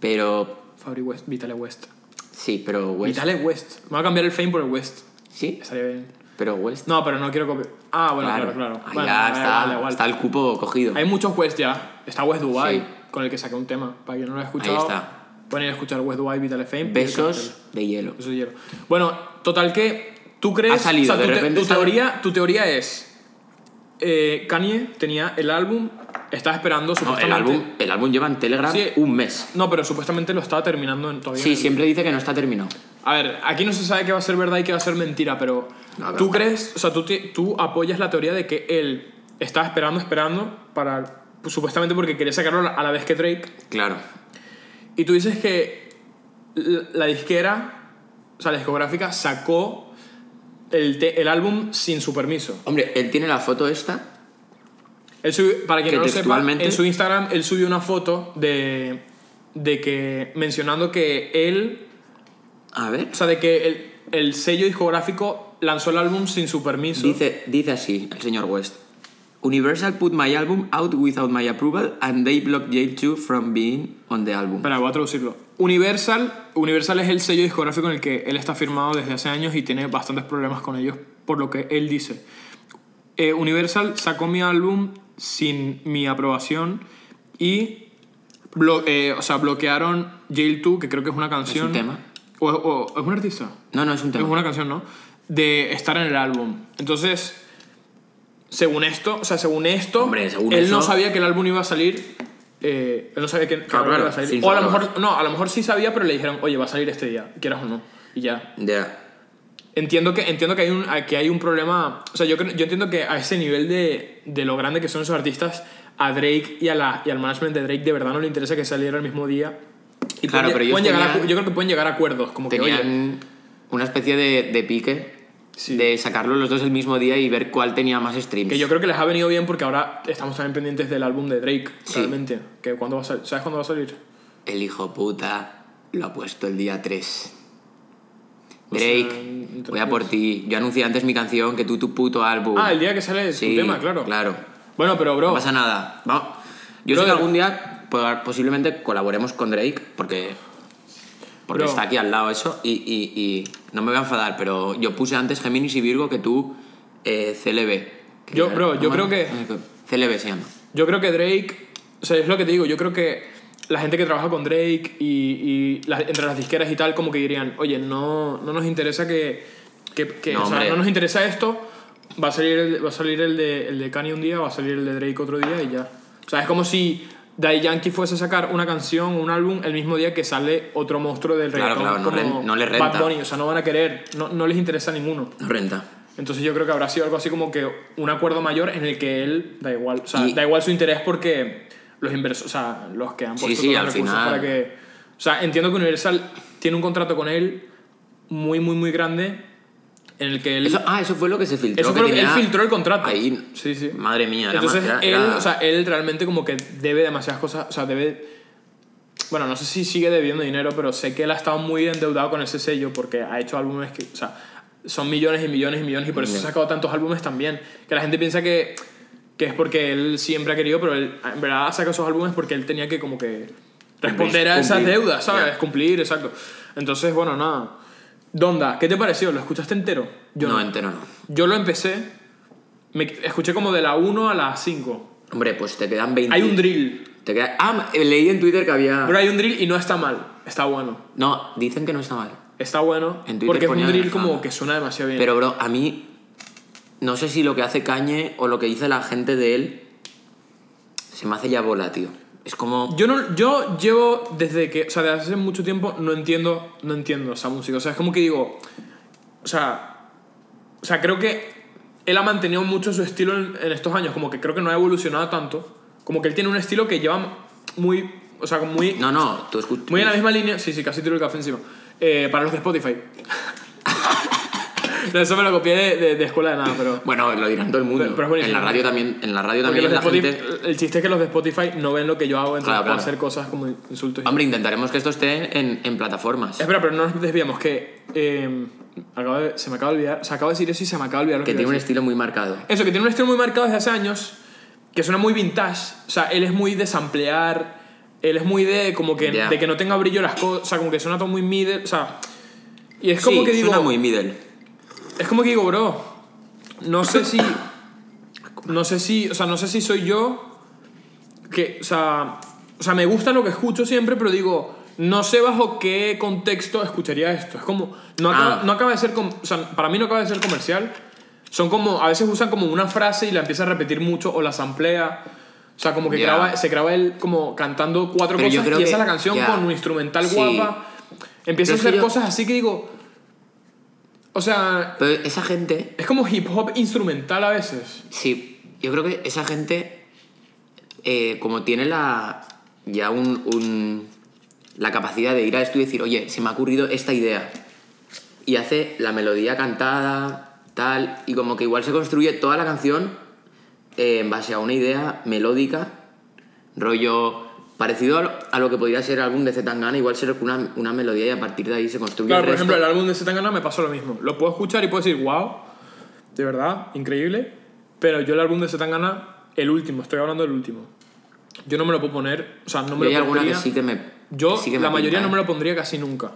[SPEAKER 2] pero...
[SPEAKER 1] Fabric West, Vitale West.
[SPEAKER 2] Sí, pero West.
[SPEAKER 1] Vitale West. Me voy a cambiar el fame por el West.
[SPEAKER 2] Sí,
[SPEAKER 1] Estaría bien.
[SPEAKER 2] pero West.
[SPEAKER 1] No, pero no quiero copiar. Ah, bueno, claro, claro.
[SPEAKER 2] Ah,
[SPEAKER 1] Bueno,
[SPEAKER 2] ya
[SPEAKER 1] vale,
[SPEAKER 2] está,
[SPEAKER 1] vale, vale.
[SPEAKER 2] está el cupo cogido.
[SPEAKER 1] Hay muchos West ya. Está West Dubai,
[SPEAKER 2] Sí.
[SPEAKER 1] con el que saqué un tema. Para quien no lo haya escuchado,
[SPEAKER 2] Ahí está.
[SPEAKER 1] pueden ir a escuchar West Dubai, Vital Fame.
[SPEAKER 2] Besos de hielo.
[SPEAKER 1] Besos de hielo. Bueno, total que tú crees.
[SPEAKER 2] Ha salido,
[SPEAKER 1] o sea,
[SPEAKER 2] de
[SPEAKER 1] tu, te-
[SPEAKER 2] repente
[SPEAKER 1] tu
[SPEAKER 2] sale-
[SPEAKER 1] teoría, tu teoría es. eh, Kanye tenía el álbum, estaba esperando
[SPEAKER 2] No, el
[SPEAKER 1] supuestamente.
[SPEAKER 2] álbum, el álbum lleva en Telegram
[SPEAKER 1] Sí.
[SPEAKER 2] un mes.
[SPEAKER 1] No, pero supuestamente lo estaba terminando en, todavía. en
[SPEAKER 2] Sí,
[SPEAKER 1] el-
[SPEAKER 2] siempre dice que no está terminado.
[SPEAKER 1] A ver, aquí no se sabe qué va a ser verdad y qué va a ser mentira, pero
[SPEAKER 2] No, no,
[SPEAKER 1] tú
[SPEAKER 2] no.
[SPEAKER 1] crees, o sea, tú, te- tú apoyas la teoría de que él estaba esperando, esperando, para pues, supuestamente porque quería sacarlo a la vez que Drake,
[SPEAKER 2] Claro.
[SPEAKER 1] y tú dices que l- la disquera, o sea, la discográfica sacó el, te- el álbum sin su permiso.
[SPEAKER 2] Hombre, él tiene la foto esta.
[SPEAKER 1] Él subió- para quien
[SPEAKER 2] Que
[SPEAKER 1] no lo sepa,
[SPEAKER 2] textualmente-
[SPEAKER 1] en su Instagram él subió una foto de, de que mencionando que él
[SPEAKER 2] A ver.
[SPEAKER 1] O sea, de que el, el sello discográfico lanzó el álbum sin su permiso.
[SPEAKER 2] Dice, dice así el señor West. Universal put my album out without my approval and they blocked Jail 2 from being on the album.
[SPEAKER 1] Espera, voy a traducirlo. Universal, Universal es el sello discográfico en el que él está firmado desde hace años y tiene bastantes problemas con ellos, por lo que él dice. Eh, Universal sacó mi álbum sin mi aprobación y blo- eh, o sea, bloquearon Jail 2, que creo que es una canción.
[SPEAKER 2] tema.
[SPEAKER 1] O, o- ¿Es un artista?
[SPEAKER 2] No, no, es un tema.
[SPEAKER 1] Es una canción, ¿no? De estar en el álbum. Entonces, según esto, o sea, según esto,
[SPEAKER 2] Hombre, según
[SPEAKER 1] él
[SPEAKER 2] eso-
[SPEAKER 1] no sabía que el álbum iba a salir. eh, él no sabía que, que el
[SPEAKER 2] Claro,
[SPEAKER 1] álbum
[SPEAKER 2] claro,
[SPEAKER 1] iba a salir.
[SPEAKER 2] sin
[SPEAKER 1] O a lo
[SPEAKER 2] saberlo.
[SPEAKER 1] mejor, no, a lo mejor sí sabía, pero le dijeron, oye, va a salir este día, quieras o no. Y ya.
[SPEAKER 2] Ya.
[SPEAKER 1] Entiendo que, entiendo que, hay, un, que hay un problema. O sea, yo, creo- yo entiendo que a ese nivel de, de lo grande que son esos artistas, a Drake y, a la, y al management de Drake de verdad no le interesa que saliera el mismo día. Y
[SPEAKER 2] Claro,
[SPEAKER 1] pueden-
[SPEAKER 2] pero ellos
[SPEAKER 1] pueden llegar a
[SPEAKER 2] tenían-
[SPEAKER 1] acu- yo creo que pueden llegar a acuerdos. Como que, oye,
[SPEAKER 2] tenían una especie de, de pique
[SPEAKER 1] Sí.
[SPEAKER 2] de sacarlo los dos el mismo día y ver cuál tenía más streams.
[SPEAKER 1] Que yo creo que les ha venido bien porque ahora estamos también pendientes del álbum de Drake,
[SPEAKER 2] Sí.
[SPEAKER 1] realmente. Que cuándo va a sal- ¿Sabes cuándo va a salir?
[SPEAKER 2] El hijo puta lo ha puesto el día 3.
[SPEAKER 1] O
[SPEAKER 2] Drake,
[SPEAKER 1] sea, entre
[SPEAKER 2] voy a por ti. Yo anuncié antes mi canción que tú tu puto álbum.
[SPEAKER 1] Ah, el día que sale
[SPEAKER 2] Sí,
[SPEAKER 1] su tema, claro.
[SPEAKER 2] Claro.
[SPEAKER 1] Bueno, pero bro,
[SPEAKER 2] No pasa nada. Vamos. Yo sé
[SPEAKER 1] Brother.
[SPEAKER 2] que algún día po- posiblemente colaboremos con Drake porque porque
[SPEAKER 1] Bro.
[SPEAKER 2] está aquí al lado eso y, y- y no me voy a enfadar, pero yo puse antes Géminis y Virgo que tú eh, CLB. Que
[SPEAKER 1] Yo,
[SPEAKER 2] era-
[SPEAKER 1] bro, yo
[SPEAKER 2] ¿cómo Eh,
[SPEAKER 1] creo
[SPEAKER 2] era?
[SPEAKER 1] que-
[SPEAKER 2] CLB se llama.
[SPEAKER 1] yo creo que Drake, o sea, es lo que te digo, yo creo que la gente que trabaja con Drake y, y las- entre las disqueras y tal, como que dirían, oye, no, no nos interesa que, que, que-
[SPEAKER 2] No,
[SPEAKER 1] o sea,
[SPEAKER 2] hombre.
[SPEAKER 1] no nos interesa esto, va a salir, el, va a salir el, de, el de Kanye un día, va a salir el de Drake otro día y ya. O sea, es como si Daddy Yankee fuese a sacar una canción, un álbum, el mismo día que sale otro monstruo del
[SPEAKER 2] Claro,
[SPEAKER 1] reggaetón
[SPEAKER 2] claro, no
[SPEAKER 1] como
[SPEAKER 2] ren- no le
[SPEAKER 1] Bad
[SPEAKER 2] renta.
[SPEAKER 1] Bunny, o sea, no van a querer, no, no les interesa a ninguno.
[SPEAKER 2] No renta.
[SPEAKER 1] Entonces yo creo que habrá sido algo así como que un acuerdo mayor en el que él da igual, o sea,
[SPEAKER 2] Y-
[SPEAKER 1] da igual su interés porque los inversores, o sea, los que han
[SPEAKER 2] Sí,
[SPEAKER 1] puesto
[SPEAKER 2] sí,
[SPEAKER 1] todos
[SPEAKER 2] al
[SPEAKER 1] los recursos
[SPEAKER 2] final.
[SPEAKER 1] para que o sea, entiendo que Universal tiene un contrato con él muy muy muy grande en el que él
[SPEAKER 2] Eso, ah, eso fue lo que se filtró.
[SPEAKER 1] eso fue lo que él
[SPEAKER 2] tenía
[SPEAKER 1] filtró el contrato.
[SPEAKER 2] Ahí.
[SPEAKER 1] Sí, sí.
[SPEAKER 2] Madre mía, era
[SPEAKER 1] Entonces
[SPEAKER 2] más-
[SPEAKER 1] él,
[SPEAKER 2] era-
[SPEAKER 1] o sea, él realmente como que debe demasiadas cosas, o sea, debe bueno, no sé si sigue debiendo dinero, pero sé que él ha estado muy endeudado con ese sello porque ha hecho álbumes que, o sea, son millones y millones y millones y por eso ha sacado tantos álbumes también, que la gente piensa que que es porque él siempre ha querido, pero él en verdad saca esos álbumes porque él tenía que como que Responder a esas
[SPEAKER 2] Cumplir.
[SPEAKER 1] deudas, ¿sabes? Cumplir, exacto. Entonces, bueno, nada. Donda, ¿qué te pareció? ¿Lo escuchaste entero? Yo
[SPEAKER 2] no,
[SPEAKER 1] no.
[SPEAKER 2] entero no.
[SPEAKER 1] Yo lo empecé, me escuché como de la 1 a la 5.
[SPEAKER 2] Hombre, pues te quedan 20.
[SPEAKER 1] Hay un drill,
[SPEAKER 2] Te queda- Ah, leí en Twitter que había.
[SPEAKER 1] pero hay un drill y no está mal, está bueno.
[SPEAKER 2] No, dicen que no está mal.
[SPEAKER 1] Está bueno,
[SPEAKER 2] En Twitter
[SPEAKER 1] porque es un
[SPEAKER 2] ponían
[SPEAKER 1] drill
[SPEAKER 2] la-
[SPEAKER 1] como que suena demasiado bien.
[SPEAKER 2] Pero, bro, a mí. No sé si lo que hace Cañe o lo que dice la gente de él. Se me hace ya bola, tío. Es como.
[SPEAKER 1] Yo, no, yo llevo desde que, o sea, desde hace mucho tiempo no entiendo, no entiendo esa música. O sea, es como que digo, o sea, o sea, creo que él ha mantenido mucho su estilo en, en estos años, como que creo que no ha evolucionado tanto, como que él tiene un estilo que lleva muy, o sea, como muy,
[SPEAKER 2] No, no, tú escuchas.
[SPEAKER 1] muy en la misma línea. Sí, sí, casi tiro el café encima. Eh, para los de Spotify. No, Eso me lo copié de, de- de escuela de nada, pero.
[SPEAKER 2] Bueno, lo dirán todo el mundo.
[SPEAKER 1] Pero- pero es buenísimo.
[SPEAKER 2] en la radio también, en la radio
[SPEAKER 1] porque
[SPEAKER 2] también
[SPEAKER 1] los de
[SPEAKER 2] la gente.
[SPEAKER 1] Spotify- El chiste es que los de Spotify no ven lo que yo hago, entonces
[SPEAKER 2] Claro,
[SPEAKER 1] puedo
[SPEAKER 2] claro.
[SPEAKER 1] hacer cosas como insultos. y-
[SPEAKER 2] Hombre, intentaremos que esto esté en, en plataformas.
[SPEAKER 1] Espera, pero no nos desviamos, que eh, acabo de- se me acaba de olvidar, o sea, acabo de decir eso y se me acaba de olvidar lo que
[SPEAKER 2] Que
[SPEAKER 1] iba a
[SPEAKER 2] tiene un
[SPEAKER 1] decir.
[SPEAKER 2] estilo muy marcado.
[SPEAKER 1] Eso, que tiene un estilo muy marcado desde hace años, que suena muy vintage, o sea, él es muy de samplear, él es muy de como que,
[SPEAKER 2] Ya.
[SPEAKER 1] de que no tenga brillo las cosas, o sea, como que suena todo muy middle, o sea, y es como
[SPEAKER 2] Sí,
[SPEAKER 1] que digo,
[SPEAKER 2] Suena muy middle.
[SPEAKER 1] es como que digo, bro, no sé si. No sé si. O sea, no sé si soy yo. Que. O sea. O sea, me gusta lo que escucho siempre, pero digo. No sé bajo qué contexto escucharía esto. Es como. No acaba,
[SPEAKER 2] Ah.
[SPEAKER 1] no acaba de ser. com- o sea, para mí no acaba de ser comercial. Son como. A veces usan como una frase y la empieza a repetir mucho o la samplea. O sea, como que
[SPEAKER 2] Ya.
[SPEAKER 1] graba- se graba él como cantando cuatro
[SPEAKER 2] Pero yo
[SPEAKER 1] cosas
[SPEAKER 2] creo
[SPEAKER 1] y
[SPEAKER 2] que-
[SPEAKER 1] esa es la canción
[SPEAKER 2] ya.
[SPEAKER 1] con un instrumental
[SPEAKER 2] Sí.
[SPEAKER 1] guapa. Empieza a
[SPEAKER 2] Pero es que
[SPEAKER 1] hacer
[SPEAKER 2] yo-
[SPEAKER 1] cosas así que digo. O sea,
[SPEAKER 2] Pero esa gente.
[SPEAKER 1] es como hip hop instrumental a veces.
[SPEAKER 2] Sí, yo creo que esa gente. eh, como tiene la. Ya un, un- La capacidad de ir a esto y decir, oye, se me ha ocurrido esta idea. Y hace la melodía cantada, tal. Y como que igual se construye toda la canción eh, en base a una idea melódica, rollo. Parecido a lo, a lo que podría ser el álbum de Zetangana, igual ser una, una melodía y a partir de ahí se construye
[SPEAKER 1] Claro,
[SPEAKER 2] el
[SPEAKER 1] por
[SPEAKER 2] resto.
[SPEAKER 1] ejemplo, el álbum de Zetangana me pasó lo mismo. Lo puedo escuchar y puedo decir, wow, de verdad, increíble. Pero yo el álbum de Zetangana, el último, estoy hablando del último. Yo no me lo puedo poner, o sea, no me
[SPEAKER 2] Yo hay
[SPEAKER 1] lo
[SPEAKER 2] alguna
[SPEAKER 1] pondría.
[SPEAKER 2] que sí que me.
[SPEAKER 1] yo
[SPEAKER 2] que sí que
[SPEAKER 1] la
[SPEAKER 2] me
[SPEAKER 1] mayoría
[SPEAKER 2] pinta,
[SPEAKER 1] no me
[SPEAKER 2] ¿eh?
[SPEAKER 1] lo pondría casi nunca.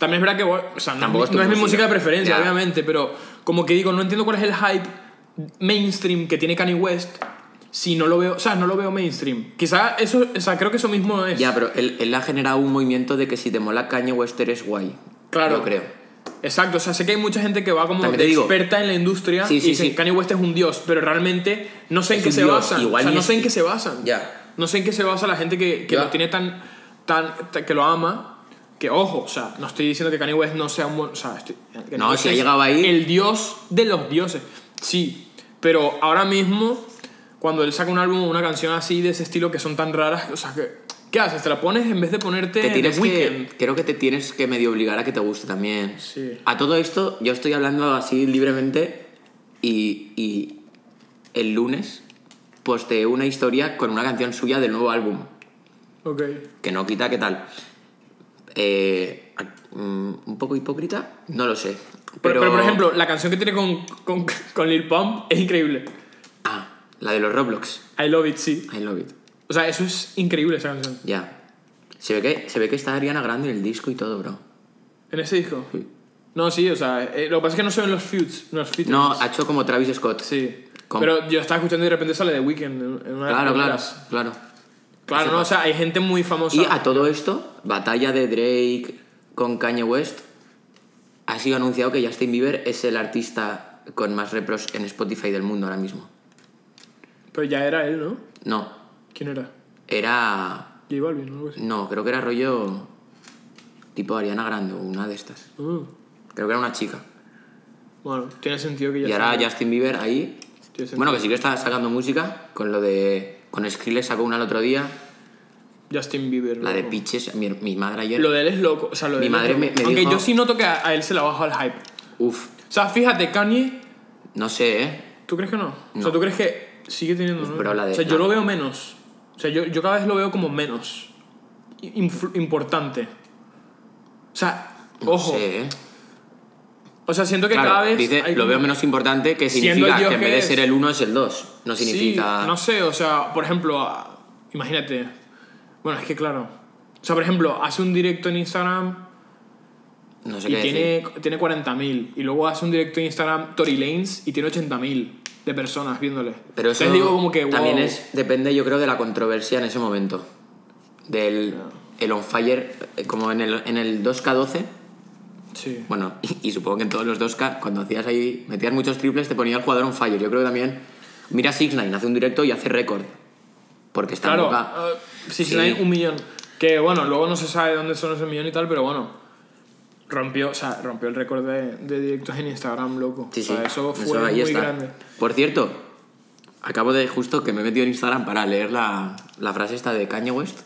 [SPEAKER 1] También es verdad que, bueno, o sea, no,
[SPEAKER 2] Tampoco
[SPEAKER 1] es, mi-
[SPEAKER 2] es tu
[SPEAKER 1] no es mi música
[SPEAKER 2] música.
[SPEAKER 1] de preferencia,
[SPEAKER 2] Ya.
[SPEAKER 1] obviamente, pero como que digo, no entiendo cuál es el hype mainstream que tiene Kanye West si no lo veo, o sea, no lo veo mainstream. Quizá eso, o sea, creo que eso mismo es.
[SPEAKER 2] Ya, pero él, él ha generado un movimiento de que si te mola Kanye West eres guay.
[SPEAKER 1] Claro.
[SPEAKER 2] Yo creo.
[SPEAKER 1] Exacto, o sea, sé que hay mucha gente que va como
[SPEAKER 2] También
[SPEAKER 1] de
[SPEAKER 2] te digo-
[SPEAKER 1] experta en la industria
[SPEAKER 2] Sí,
[SPEAKER 1] y
[SPEAKER 2] sí,
[SPEAKER 1] dicen
[SPEAKER 2] sí.
[SPEAKER 1] Kanye West es un dios, pero realmente no sé
[SPEAKER 2] Es
[SPEAKER 1] en qué
[SPEAKER 2] un
[SPEAKER 1] se
[SPEAKER 2] dios,
[SPEAKER 1] basan.
[SPEAKER 2] igual
[SPEAKER 1] o sea,
[SPEAKER 2] ni
[SPEAKER 1] no
[SPEAKER 2] es-
[SPEAKER 1] sé en qué se basan.
[SPEAKER 2] Ya.
[SPEAKER 1] No sé en qué se basa la gente que, que
[SPEAKER 2] Ya.
[SPEAKER 1] lo tiene tan, tan, tan- que lo ama. Que ojo, o sea, no estoy diciendo que Kanye West no sea un buen. O sea, estoy- que
[SPEAKER 2] No, si
[SPEAKER 1] es
[SPEAKER 2] ha llegado ahí-
[SPEAKER 1] El dios de los dioses. Sí, pero ahora mismo, cuando él saca un álbum o una canción así de ese estilo que son tan raras, o sea, que. ¿Qué haces? ¿Te la pones en vez de ponerte
[SPEAKER 2] Te
[SPEAKER 1] en
[SPEAKER 2] tienes
[SPEAKER 1] el
[SPEAKER 2] que,
[SPEAKER 1] weekend?
[SPEAKER 2] creo que te tienes que medio obligar a que te guste también.
[SPEAKER 1] Sí.
[SPEAKER 2] A todo esto, yo estoy hablando así libremente y, y el lunes posteé una historia con una canción suya del nuevo álbum.
[SPEAKER 1] Ok.
[SPEAKER 2] Que no quita, ¿qué tal? Eh, mm, ¿Un poco hipócrita? No lo sé.
[SPEAKER 1] Pero, pero, por ejemplo, la canción que tiene con, con, con Lil Pump es increíble.
[SPEAKER 2] Ah, la de los Roblox.
[SPEAKER 1] I love it, sí.
[SPEAKER 2] I love it.
[SPEAKER 1] O sea, eso es increíble esa canción.
[SPEAKER 2] Ya. Se ve que, se ve que está Ariana Grande en el disco y todo, bro.
[SPEAKER 1] En ese disco.
[SPEAKER 2] Sí.
[SPEAKER 1] No, sí, o sea, eh, lo que pasa es que no se ven los feuds, no los features.
[SPEAKER 2] No, ha hecho como Travis Scott.
[SPEAKER 1] Sí.
[SPEAKER 2] ¿Cómo?
[SPEAKER 1] Pero yo estaba escuchando y de repente sale The Weeknd en- en una de las
[SPEAKER 2] Claro, claro,
[SPEAKER 1] primeras.
[SPEAKER 2] claro.
[SPEAKER 1] Claro, no, o sea, hay gente muy famosa.
[SPEAKER 2] Y a todo esto, batalla de Drake con Kanye West, ha sido anunciado que Justin Bieber es el artista con más repros en Spotify del mundo ahora mismo.
[SPEAKER 1] Pero ya era él, ¿no?
[SPEAKER 2] No,
[SPEAKER 1] ¿Quién era?
[SPEAKER 2] era...
[SPEAKER 1] J Balvin, ¿no? Algo así.
[SPEAKER 2] No, creo que era rollo tipo Ariana Grande o una de estas.
[SPEAKER 1] Uh,
[SPEAKER 2] Creo que era una chica.
[SPEAKER 1] bueno, tiene sentido que ya
[SPEAKER 2] Y ahora
[SPEAKER 1] sea-
[SPEAKER 2] Justin Bieber ahí.
[SPEAKER 1] Tiene sentido.
[SPEAKER 2] Bueno, que sí que está sacando música con lo de. Con Skrillex sacó una el otro día.
[SPEAKER 1] Justin Bieber.
[SPEAKER 2] La de
[SPEAKER 1] loco.
[SPEAKER 2] Pitches, mi, mi madre ayer.
[SPEAKER 1] Lo de él es loco. O sea, lo de
[SPEAKER 2] Mi
[SPEAKER 1] él es
[SPEAKER 2] madre me-
[SPEAKER 1] loco.
[SPEAKER 2] me
[SPEAKER 1] Aunque
[SPEAKER 2] dijo-
[SPEAKER 1] yo sí noto que a, a él se le ha bajado el hype.
[SPEAKER 2] Uf,
[SPEAKER 1] O sea, fíjate, Kanye
[SPEAKER 2] no sé, ¿eh?
[SPEAKER 1] ¿Tú crees que no? O sea,
[SPEAKER 2] No.
[SPEAKER 1] ¿tú crees que sigue teniendo ¿no?
[SPEAKER 2] Pero la de-
[SPEAKER 1] O sea, yo
[SPEAKER 2] la-
[SPEAKER 1] lo veo menos. O sea, yo, yo cada vez lo veo como menos influ- importante. O sea, ojo.
[SPEAKER 2] No sé, ¿eh?
[SPEAKER 1] O sea, siento que
[SPEAKER 2] Claro,
[SPEAKER 1] cada vez.
[SPEAKER 2] dice,
[SPEAKER 1] hay
[SPEAKER 2] lo
[SPEAKER 1] como-
[SPEAKER 2] veo menos importante que
[SPEAKER 1] Siendo
[SPEAKER 2] significa
[SPEAKER 1] el dios
[SPEAKER 2] que en
[SPEAKER 1] que
[SPEAKER 2] vez de
[SPEAKER 1] es.
[SPEAKER 2] ser el 1 es el 2. No significa.
[SPEAKER 1] Sí, no sé, o sea, por ejemplo, a- imagínate. Bueno, es que claro. O sea, por ejemplo, hace un directo en Instagram
[SPEAKER 2] No sé
[SPEAKER 1] y
[SPEAKER 2] qué decir.
[SPEAKER 1] tiene, tiene 40.000. Y luego hace un directo en Instagram Tory Lanes y tiene 80.000 de personas viéndole.
[SPEAKER 2] Pero eso
[SPEAKER 1] Entonces digo como que,
[SPEAKER 2] también
[SPEAKER 1] wow.
[SPEAKER 2] es, depende, yo creo, de la controversia en ese momento. Del el on fire, eh, como en el, en el 2K12.
[SPEAKER 1] Sí.
[SPEAKER 2] Bueno, y, supongo que en todos los 2K, cuando hacías ahí, metías muchos triples, te ponía el jugador on fire. Yo creo que también. Mira 6 9 hace un directo y hace récord. Porque está
[SPEAKER 1] Claro,
[SPEAKER 2] en boca.
[SPEAKER 1] eh, sí, sí,
[SPEAKER 2] Sí.
[SPEAKER 1] hay un millón. Que bueno, luego no se sabe dónde son ese millón y tal, pero bueno. Rompió, o sea, rompió el récord de, de directos en Instagram, loco.
[SPEAKER 2] Sí,
[SPEAKER 1] O
[SPEAKER 2] sí.
[SPEAKER 1] sea, eso fue
[SPEAKER 2] ahí
[SPEAKER 1] muy
[SPEAKER 2] está.
[SPEAKER 1] grande.
[SPEAKER 2] Por cierto, acabo de justo que me he metido en Instagram para leer la, la frase esta de Kanye West.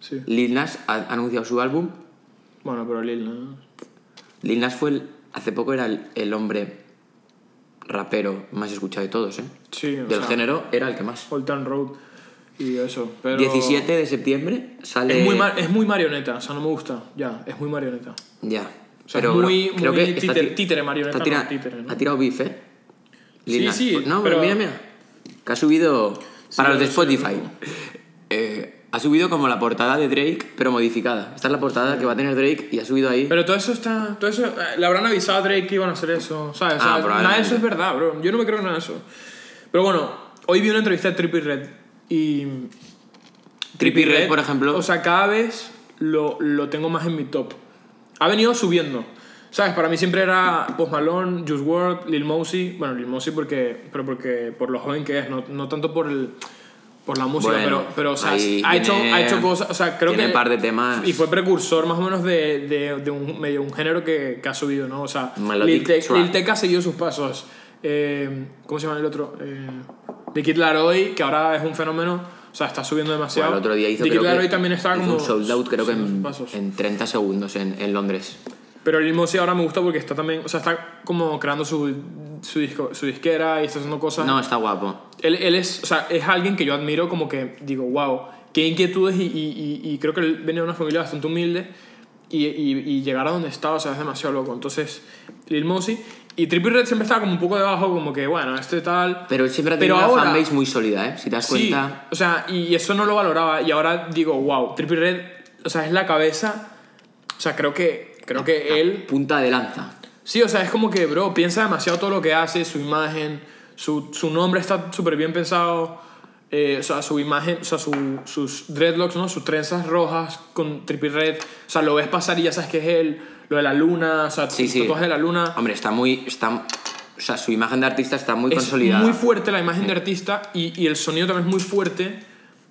[SPEAKER 1] Sí.
[SPEAKER 2] Lil Nas ha anunciado su álbum.
[SPEAKER 1] Bueno, pero Lil, ¿no?
[SPEAKER 2] Lil Nas fue el- hace poco era el, el hombre rapero más escuchado de todos, ¿eh?
[SPEAKER 1] Sí, o
[SPEAKER 2] Del
[SPEAKER 1] sea,
[SPEAKER 2] género era el que más.
[SPEAKER 1] Old Town Road y eso. Pero
[SPEAKER 2] 17 de septiembre sale.
[SPEAKER 1] Es muy, mar- es muy marioneta, o sea, no me gusta. Ya, es muy marioneta.
[SPEAKER 2] Ya.
[SPEAKER 1] sea,
[SPEAKER 2] pero
[SPEAKER 1] es muy-
[SPEAKER 2] bro, creo
[SPEAKER 1] muy
[SPEAKER 2] que está
[SPEAKER 1] títere-
[SPEAKER 2] ti-
[SPEAKER 1] títere, marioneta,
[SPEAKER 2] está tira-
[SPEAKER 1] no títere, ¿no?
[SPEAKER 2] Ha tirado beef, ¿eh? Lil
[SPEAKER 1] Sí,
[SPEAKER 2] Nas.
[SPEAKER 1] sí,
[SPEAKER 2] No, pero,
[SPEAKER 1] pero-
[SPEAKER 2] mira, mira. Que ha subido. Para los de
[SPEAKER 1] lo sé,
[SPEAKER 2] Spotify. eh, ha subido como la portada de Drake, pero modificada. Esta es la portada que va a tener Drake y ha subido ahí.
[SPEAKER 1] Pero todo eso está. Todo eso. eh, Le habrán avisado a Drake que iban a hacer eso. ¿Sabes? O sea,
[SPEAKER 2] Ah,
[SPEAKER 1] nada de
[SPEAKER 2] probablemente.
[SPEAKER 1] eso es verdad, bro. Yo no me creo en nada de eso. Pero bueno, hoy vi una entrevista de Trippie Red. Y.
[SPEAKER 2] Trippie Redd, por ejemplo.
[SPEAKER 1] O sea, cada vez lo, lo tengo más en mi top. Ha venido subiendo. ¿Sabes? Para mí siempre era Post Malone, Juice WRLD, Lil Mosey. Bueno, Lil Mosey porque, pero porque por lo joven que es, no, no tanto por el, por la música,
[SPEAKER 2] Bueno,
[SPEAKER 1] pero, pero o sea,
[SPEAKER 2] ahí
[SPEAKER 1] ha, hecho,
[SPEAKER 2] tiene-
[SPEAKER 1] ha hecho cosas, o sea, creo
[SPEAKER 2] tiene
[SPEAKER 1] que...
[SPEAKER 2] un par de temas.
[SPEAKER 1] Y fue precursor más o menos de, de, de un medio un género que, que ha subido, ¿no? O sea,
[SPEAKER 2] Melodic
[SPEAKER 1] Lil Tec-
[SPEAKER 2] trap.
[SPEAKER 1] Lil Tecca ha seguido sus pasos. Eh, ¿Cómo se llama el otro? Eh, The Kid Laroi, que ahora es un fenómeno, o sea, está subiendo demasiado.
[SPEAKER 2] Bueno, el otro día hizo,
[SPEAKER 1] The Kid
[SPEAKER 2] creo que-
[SPEAKER 1] Laroi también estaba
[SPEAKER 2] hizo
[SPEAKER 1] como...
[SPEAKER 2] un sold out creo que
[SPEAKER 1] siguiendo sus
[SPEAKER 2] en,
[SPEAKER 1] pasos.
[SPEAKER 2] en 30 segundos en, en Londres.
[SPEAKER 1] Pero Lil Mosey ahora me gusta porque está también, o sea, está como creando su, su, disco, su disquera y está haciendo cosas.
[SPEAKER 2] No, está guapo.
[SPEAKER 1] Él, él es, o sea, es alguien que yo admiro como que digo, wow, qué inquietudes y, y- y- y creo que él viene de una familia bastante humilde y, y- y llegar a donde está, o sea, es demasiado loco. Entonces, Lil Mosey y Trippie Red siempre estaba como un poco debajo, como que, bueno, este tal...
[SPEAKER 2] Pero siempre ha
[SPEAKER 1] Pero
[SPEAKER 2] tenido una
[SPEAKER 1] ahora-
[SPEAKER 2] fanbase muy sólida, ¿eh? Si te das
[SPEAKER 1] Sí,
[SPEAKER 2] cuenta.
[SPEAKER 1] o sea, y eso no lo valoraba y ahora digo, wow, Trippie Red, o sea, es la cabeza, o sea, creo que, creo que él...
[SPEAKER 2] Punta de lanza.
[SPEAKER 1] Sí, o sea, es como que, bro, piensa demasiado todo lo que hace, su imagen, su, su nombre está súper bien pensado, eh, o sea, su imagen, o sea, su- sus dreadlocks, ¿no? Sus trenzas rojas con triple red, o sea, lo ves pasar y ya sabes que es él, lo de la luna, o sea,
[SPEAKER 2] Sí,
[SPEAKER 1] sus
[SPEAKER 2] sí.
[SPEAKER 1] tatuajes de la luna.
[SPEAKER 2] Hombre, está muy. Está, o sea, su imagen de artista está muy
[SPEAKER 1] Es
[SPEAKER 2] consolidada.
[SPEAKER 1] muy fuerte la imagen de artista y, y el sonido también es muy fuerte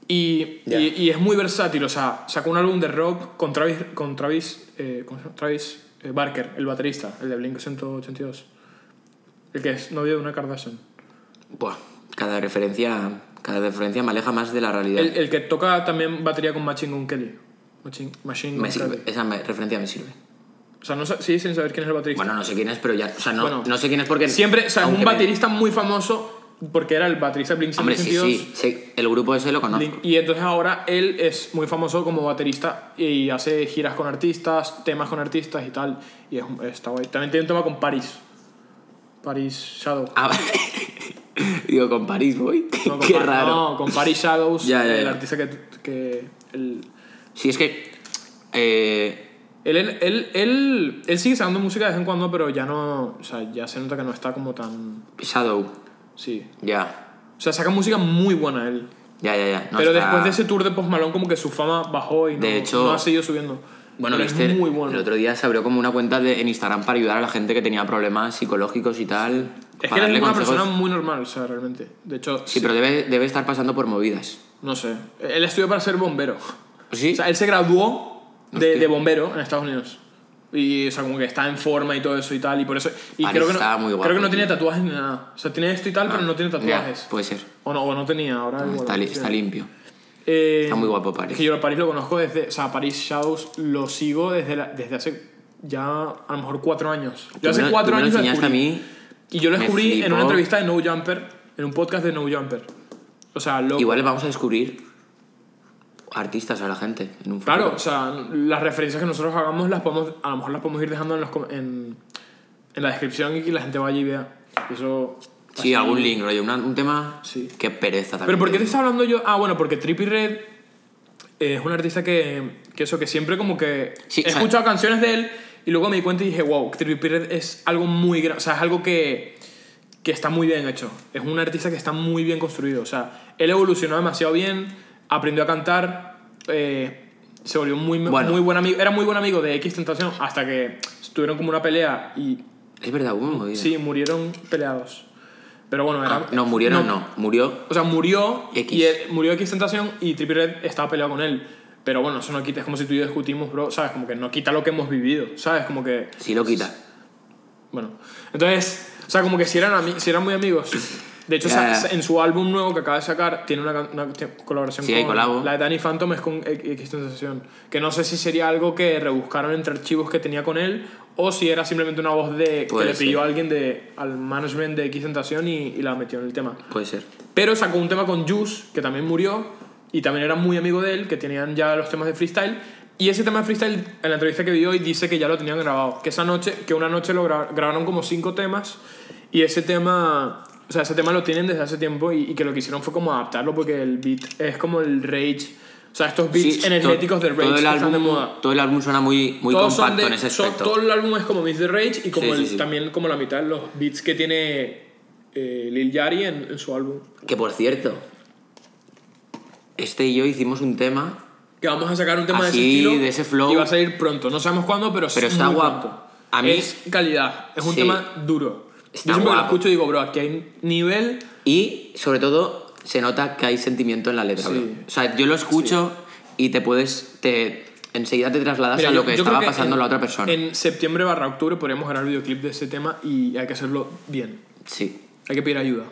[SPEAKER 1] y,
[SPEAKER 2] Ya.
[SPEAKER 1] y- y es muy versátil. O sea, sacó un álbum de rock con Travis, con Travis, eh, ¿cómo se llama? Travis eh, Barker, el baterista, el de Blink 182. El que es novio de una Kardashian.
[SPEAKER 2] Buah, cada referencia. Cada referencia me aleja más de la realidad.
[SPEAKER 1] El, el que toca también batería con Machine Gun Kelly. Machine, Machine
[SPEAKER 2] Me
[SPEAKER 1] Gun
[SPEAKER 2] sirve,
[SPEAKER 1] Kelly.
[SPEAKER 2] esa me- referencia me sirve.
[SPEAKER 1] O sea, no, sa- sí, sin saber quién es el baterista.
[SPEAKER 2] Bueno, no sé quién es, pero ya. O sea, no,
[SPEAKER 1] Bueno,
[SPEAKER 2] no sé quién es porque.
[SPEAKER 1] Siempre, o sea, es un
[SPEAKER 2] aunque me-
[SPEAKER 1] baterista muy famoso porque era el baterista de Blink
[SPEAKER 2] Hombre,
[SPEAKER 1] 182.
[SPEAKER 2] sí, sí, sí, El grupo ese lo conozco.
[SPEAKER 1] Blink. Y entonces ahora él es muy famoso como baterista y hace giras con artistas, temas con artistas y tal. Y es, está guay. También tiene un tema con Paris. Paris Shadow.
[SPEAKER 2] Ah, Digo, con París voy.
[SPEAKER 1] No, con
[SPEAKER 2] Qué
[SPEAKER 1] Par-
[SPEAKER 2] raro.
[SPEAKER 1] No, con Paris Shadows,
[SPEAKER 2] Ya, ya,
[SPEAKER 1] el
[SPEAKER 2] ya.
[SPEAKER 1] artista que... que el-
[SPEAKER 2] Sí, es que. eh,
[SPEAKER 1] él, él, él, él- él sigue sacando música de vez en cuando, pero ya no... O sea, ya se nota que no está como tan...
[SPEAKER 2] Shadow.
[SPEAKER 1] Sí.
[SPEAKER 2] Ya.
[SPEAKER 1] O sea, saca música muy buena él.
[SPEAKER 2] Ya, ya, ya. no
[SPEAKER 1] pero
[SPEAKER 2] está-
[SPEAKER 1] después de ese tour de Post Malone como que su fama bajó y no,
[SPEAKER 2] De hecho-
[SPEAKER 1] no ha seguido subiendo.
[SPEAKER 2] Bueno,
[SPEAKER 1] Pero es
[SPEAKER 2] viste,
[SPEAKER 1] muy bueno.
[SPEAKER 2] el otro día se abrió como una cuenta de- en Instagram para ayudar a la gente que tenía problemas psicológicos y tal.
[SPEAKER 1] Es que él
[SPEAKER 2] para darle
[SPEAKER 1] es una
[SPEAKER 2] consejos.
[SPEAKER 1] persona muy normal, o sea, realmente. De hecho,
[SPEAKER 2] Sí, pero debe, debe estar pasando por movidas.
[SPEAKER 1] no sé. Él estudió para ser bombero.
[SPEAKER 2] Pues Sí,
[SPEAKER 1] O sea, él se graduó de,
[SPEAKER 2] Hostia.
[SPEAKER 1] de bombero en Estados Unidos. Y, o sea, como que está en forma y todo eso y tal. Y por eso. Y
[SPEAKER 2] Parece
[SPEAKER 1] creo que, no,
[SPEAKER 2] está muy guapo,
[SPEAKER 1] creo que no
[SPEAKER 2] tío. Ah,
[SPEAKER 1] tiene tatuajes ni nada. O sea, tiene esto y tal, pero no tiene
[SPEAKER 2] Ya,
[SPEAKER 1] tatuajes.
[SPEAKER 2] puede ser.
[SPEAKER 1] O no, o no tenía ahora. igual,
[SPEAKER 2] Está, li-
[SPEAKER 1] sí.
[SPEAKER 2] está limpio.
[SPEAKER 1] Eh,
[SPEAKER 2] Está muy guapo París.
[SPEAKER 1] Es que yo a París lo conozco desde. O sea, París Shadows lo sigo desde, la- desde hace ya a lo mejor cuatro años.
[SPEAKER 2] Tú
[SPEAKER 1] Yo hace
[SPEAKER 2] me lo-
[SPEAKER 1] cuatro
[SPEAKER 2] tú me lo
[SPEAKER 1] años lo
[SPEAKER 2] enseñaste a
[SPEAKER 1] descubrí.
[SPEAKER 2] mí.
[SPEAKER 1] Y yo lo
[SPEAKER 2] Me
[SPEAKER 1] descubrí en
[SPEAKER 2] flipó.
[SPEAKER 1] una entrevista de No Jumper, en un podcast de No Jumper. O sea, lo,
[SPEAKER 2] Igual vamos a descubrir artistas a la gente en un futuro.
[SPEAKER 1] Claro, o sea, las referencias que nosotros hagamos las podemos, a lo mejor las podemos ir dejando en, los com- en, en la descripción y que la gente vaya y vea. Eso. así-
[SPEAKER 2] Sí, algún link, rollo. una- un tema
[SPEAKER 1] Sí.
[SPEAKER 2] que pereza también.
[SPEAKER 1] Pero ¿por qué
[SPEAKER 2] te
[SPEAKER 1] te
[SPEAKER 2] digo.
[SPEAKER 1] estaba hablando yo? Ah, bueno, porque Trippy Red es un artista que, que eso, que siempre como que
[SPEAKER 2] Sí,
[SPEAKER 1] he
[SPEAKER 2] o sea-
[SPEAKER 1] escuchado canciones de él y luego me di cuenta y dije, wow, Trippie Pérez es algo muy grande, o sea, es algo que, que está muy bien hecho. Es un artista que está muy bien construido, o sea, él evolucionó demasiado bien, aprendió a cantar, eh, se volvió muy,
[SPEAKER 2] Bueno.
[SPEAKER 1] muy buen amigo, era muy buen amigo de X Tentación hasta que tuvieron como una pelea y
[SPEAKER 2] Es verdad, hubo una movida.
[SPEAKER 1] sí, murieron peleados. Pero bueno, era...
[SPEAKER 2] Ah, no, murieron no. Murió.
[SPEAKER 1] O sea, murió
[SPEAKER 2] X.
[SPEAKER 1] y él- murió X Tentación y Triple Red estaba peleado con él. Pero bueno, eso no quita, es como si tú y yo discutimos, bro, ¿sabes? Como que no quita lo que hemos vivido, ¿sabes? Como que,
[SPEAKER 2] Sí, lo quita.
[SPEAKER 1] bueno. Entonces, o sea, como que si eran, ami- si eran muy amigos. De hecho,
[SPEAKER 2] Ya,
[SPEAKER 1] sa-
[SPEAKER 2] ya.
[SPEAKER 1] sa- en su álbum nuevo que acaba de sacar, tiene una, can- una t- colaboración
[SPEAKER 2] Sí, hay
[SPEAKER 1] con
[SPEAKER 2] colabo.
[SPEAKER 1] la de Danny Phantom, es con X X Tentación. Que no sé si sería algo que rebuscaron entre archivos que tenía con él o si era simplemente una voz de, que
[SPEAKER 2] Puede
[SPEAKER 1] le pidió
[SPEAKER 2] ser.
[SPEAKER 1] a alguien de, al management de X Tentación y, y la metió en el tema.
[SPEAKER 2] Puede ser.
[SPEAKER 1] Pero sacó un tema con Juice, que también murió, y también era muy amigo de él, que tenían ya los temas de freestyle. Y ese tema de freestyle, en la entrevista que vi hoy, dice que ya lo tenían grabado. Que esa noche, que una noche lo gra- grabaron como cinco temas, y ese tema, o sea, ese tema lo tienen desde hace tiempo, y, y que lo que hicieron fue como adaptarlo, porque el beat es como el rage. O sea, estos beats
[SPEAKER 2] Sí, to-
[SPEAKER 1] energéticos de rage
[SPEAKER 2] Todo el,
[SPEAKER 1] que están
[SPEAKER 2] álbum,
[SPEAKER 1] de moda.
[SPEAKER 2] todo el álbum suena muy, muy
[SPEAKER 1] Todos son
[SPEAKER 2] compacto
[SPEAKER 1] de-
[SPEAKER 2] en ese
[SPEAKER 1] son-
[SPEAKER 2] aspecto.
[SPEAKER 1] todo el álbum es como Beats de Rage y como
[SPEAKER 2] Sí,
[SPEAKER 1] el-
[SPEAKER 2] sí, sí.
[SPEAKER 1] también como la mitad de los beats que tiene eh, Lil Yari en- en su álbum.
[SPEAKER 2] Que por cierto, este y yo hicimos un tema,
[SPEAKER 1] que vamos a sacar un tema de ese
[SPEAKER 2] Así,
[SPEAKER 1] estilo
[SPEAKER 2] de ese flow.
[SPEAKER 1] y va a salir pronto no sabemos cuándo pero, sí
[SPEAKER 2] Pero está
[SPEAKER 1] muy
[SPEAKER 2] guapo.
[SPEAKER 1] pronto.
[SPEAKER 2] A mí-
[SPEAKER 1] es calidad es un
[SPEAKER 2] Sí.
[SPEAKER 1] tema duro yo
[SPEAKER 2] Está
[SPEAKER 1] siempre que lo
[SPEAKER 2] guapo.
[SPEAKER 1] escucho digo bro aquí hay nivel
[SPEAKER 2] Y sobre todo se nota que hay sentimiento en la letra.
[SPEAKER 1] Sí.
[SPEAKER 2] bro. O sea, yo lo escucho y te puedes... Te, enseguida te trasladas
[SPEAKER 1] Mira,
[SPEAKER 2] a
[SPEAKER 1] yo-
[SPEAKER 2] lo que
[SPEAKER 1] yo creo
[SPEAKER 2] estaba
[SPEAKER 1] en-
[SPEAKER 2] pasando a la otra persona.
[SPEAKER 1] en septiembre barra octubre podríamos grabar el videoclip de ese tema y hay que hacerlo bien
[SPEAKER 2] Sí,
[SPEAKER 1] hay que pedir ayuda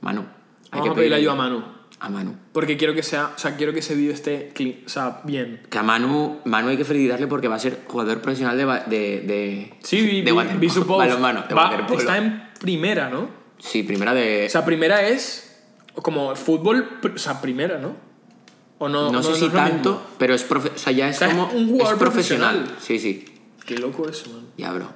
[SPEAKER 2] Manu. hay
[SPEAKER 1] vamos a
[SPEAKER 2] que
[SPEAKER 1] pedirle
[SPEAKER 2] pedirle
[SPEAKER 1] ayuda a Manu
[SPEAKER 2] A Manu.
[SPEAKER 1] porque quiero que sea o sea quiero que ese video esté clean, o sea bien
[SPEAKER 2] Que a Manu, Manu hay que felicitarle porque va a ser jugador profesional de... ba- de, de
[SPEAKER 1] sí vi,
[SPEAKER 2] de
[SPEAKER 1] vi-
[SPEAKER 2] waterpolo.
[SPEAKER 1] vi su post.
[SPEAKER 2] Balonmano, de
[SPEAKER 1] Va-
[SPEAKER 2] waterpolo.
[SPEAKER 1] está en primera no
[SPEAKER 2] Sí, primera de...
[SPEAKER 1] O sea, primera es como fútbol, pr- o sea, primera, ¿no? O no,
[SPEAKER 2] no, sé
[SPEAKER 1] es
[SPEAKER 2] si
[SPEAKER 1] lo mismo?
[SPEAKER 2] tanto, pero es profe- o sea, ya es
[SPEAKER 1] O sea, es
[SPEAKER 2] como...
[SPEAKER 1] un jugador
[SPEAKER 2] es profesional.
[SPEAKER 1] profesional.
[SPEAKER 2] Sí, sí.
[SPEAKER 1] Qué loco eso, man.
[SPEAKER 2] Ya, bro.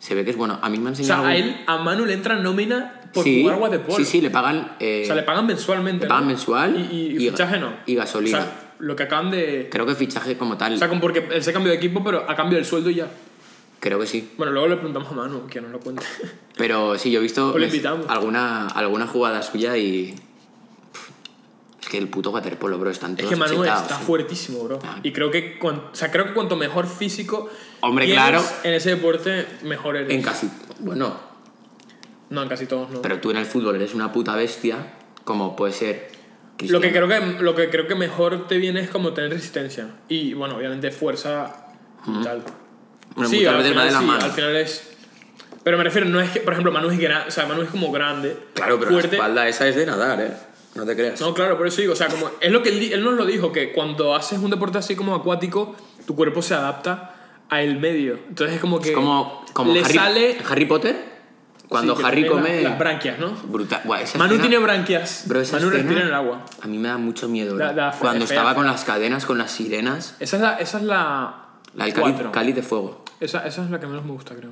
[SPEAKER 2] Se ve que es bueno. A mí me han
[SPEAKER 1] O sea,
[SPEAKER 2] enseñado...
[SPEAKER 1] a
[SPEAKER 2] un-
[SPEAKER 1] él, a Manu le entra nómina por
[SPEAKER 2] sí,
[SPEAKER 1] jugar waterpolo.
[SPEAKER 2] Sí, sí, le pagan... eh,
[SPEAKER 1] O sea, le pagan mensualmente.
[SPEAKER 2] le pagan
[SPEAKER 1] ¿no?
[SPEAKER 2] mensual
[SPEAKER 1] Y, y,
[SPEAKER 2] y-
[SPEAKER 1] fichaje no.
[SPEAKER 2] y gasolina.
[SPEAKER 1] O sea, lo que acaban de.
[SPEAKER 2] Creo que fichaje como tal.
[SPEAKER 1] O sea, como porque él se cambió de equipo, pero a cambio del sueldo y ya.
[SPEAKER 2] creo que sí.
[SPEAKER 1] Bueno, luego le preguntamos a Manu, que nos lo cuente.
[SPEAKER 2] Pero sí, yo he visto
[SPEAKER 1] Pues le
[SPEAKER 2] les-
[SPEAKER 1] invitamos.
[SPEAKER 2] alguna, alguna jugada suya y... Pff, Es que el puto waterpolo, bro, están
[SPEAKER 1] es
[SPEAKER 2] todos
[SPEAKER 1] que Manu
[SPEAKER 2] chetados,
[SPEAKER 1] está
[SPEAKER 2] eh.
[SPEAKER 1] fuertísimo, bro.
[SPEAKER 2] Ah.
[SPEAKER 1] Y creo que, cuan- o sea, creo que cuanto mejor físico.
[SPEAKER 2] Hombre,
[SPEAKER 1] tienes
[SPEAKER 2] claro.
[SPEAKER 1] En ese deporte, mejor eres.
[SPEAKER 2] En casi... Bueno,
[SPEAKER 1] No, en casi todos no.
[SPEAKER 2] Pero tú en el fútbol eres una puta bestia, como puede ser.
[SPEAKER 1] Lo que,
[SPEAKER 2] Cristiano.
[SPEAKER 1] creo que, lo que creo que mejor te viene es como tener resistencia. Y bueno, obviamente fuerza y tal.
[SPEAKER 2] Bueno, muchas veces va de la
[SPEAKER 1] sí,
[SPEAKER 2] mano.
[SPEAKER 1] al final es. Pero me refiero, no es que, por ejemplo, Manu es, gran- o sea, Manu es como grande.
[SPEAKER 2] Claro, pero
[SPEAKER 1] fuerte.
[SPEAKER 2] la espalda esa es de nadar, ¿eh? No te creas.
[SPEAKER 1] No, claro, por eso digo, o sea, como. Es lo que él, di- él nos lo dijo, que cuando haces un deporte así como acuático, tu cuerpo se adapta a el medio. Entonces es como que.
[SPEAKER 2] es como, como
[SPEAKER 1] le
[SPEAKER 2] Harry,
[SPEAKER 1] sale.
[SPEAKER 2] Harry Potter, cuando
[SPEAKER 1] sí, que
[SPEAKER 2] Harry
[SPEAKER 1] tiene la-
[SPEAKER 2] come.
[SPEAKER 1] las branquias, ¿no?
[SPEAKER 2] brutal. Buah, esa
[SPEAKER 1] Manu
[SPEAKER 2] escena-
[SPEAKER 1] tiene branquias.
[SPEAKER 2] Bro, esa
[SPEAKER 1] Manu
[SPEAKER 2] escena-
[SPEAKER 1] respira en el agua.
[SPEAKER 2] A mí me da mucho miedo, bro.
[SPEAKER 1] Da- da-
[SPEAKER 2] Cuando
[SPEAKER 1] fea,
[SPEAKER 2] estaba
[SPEAKER 1] fea.
[SPEAKER 2] con las cadenas, con las sirenas,
[SPEAKER 1] Esa es la. Esa es la.
[SPEAKER 2] la del cáliz,
[SPEAKER 1] cuatro.
[SPEAKER 2] cáliz de fuego.
[SPEAKER 1] Esa, esa es la que menos me gusta, creo.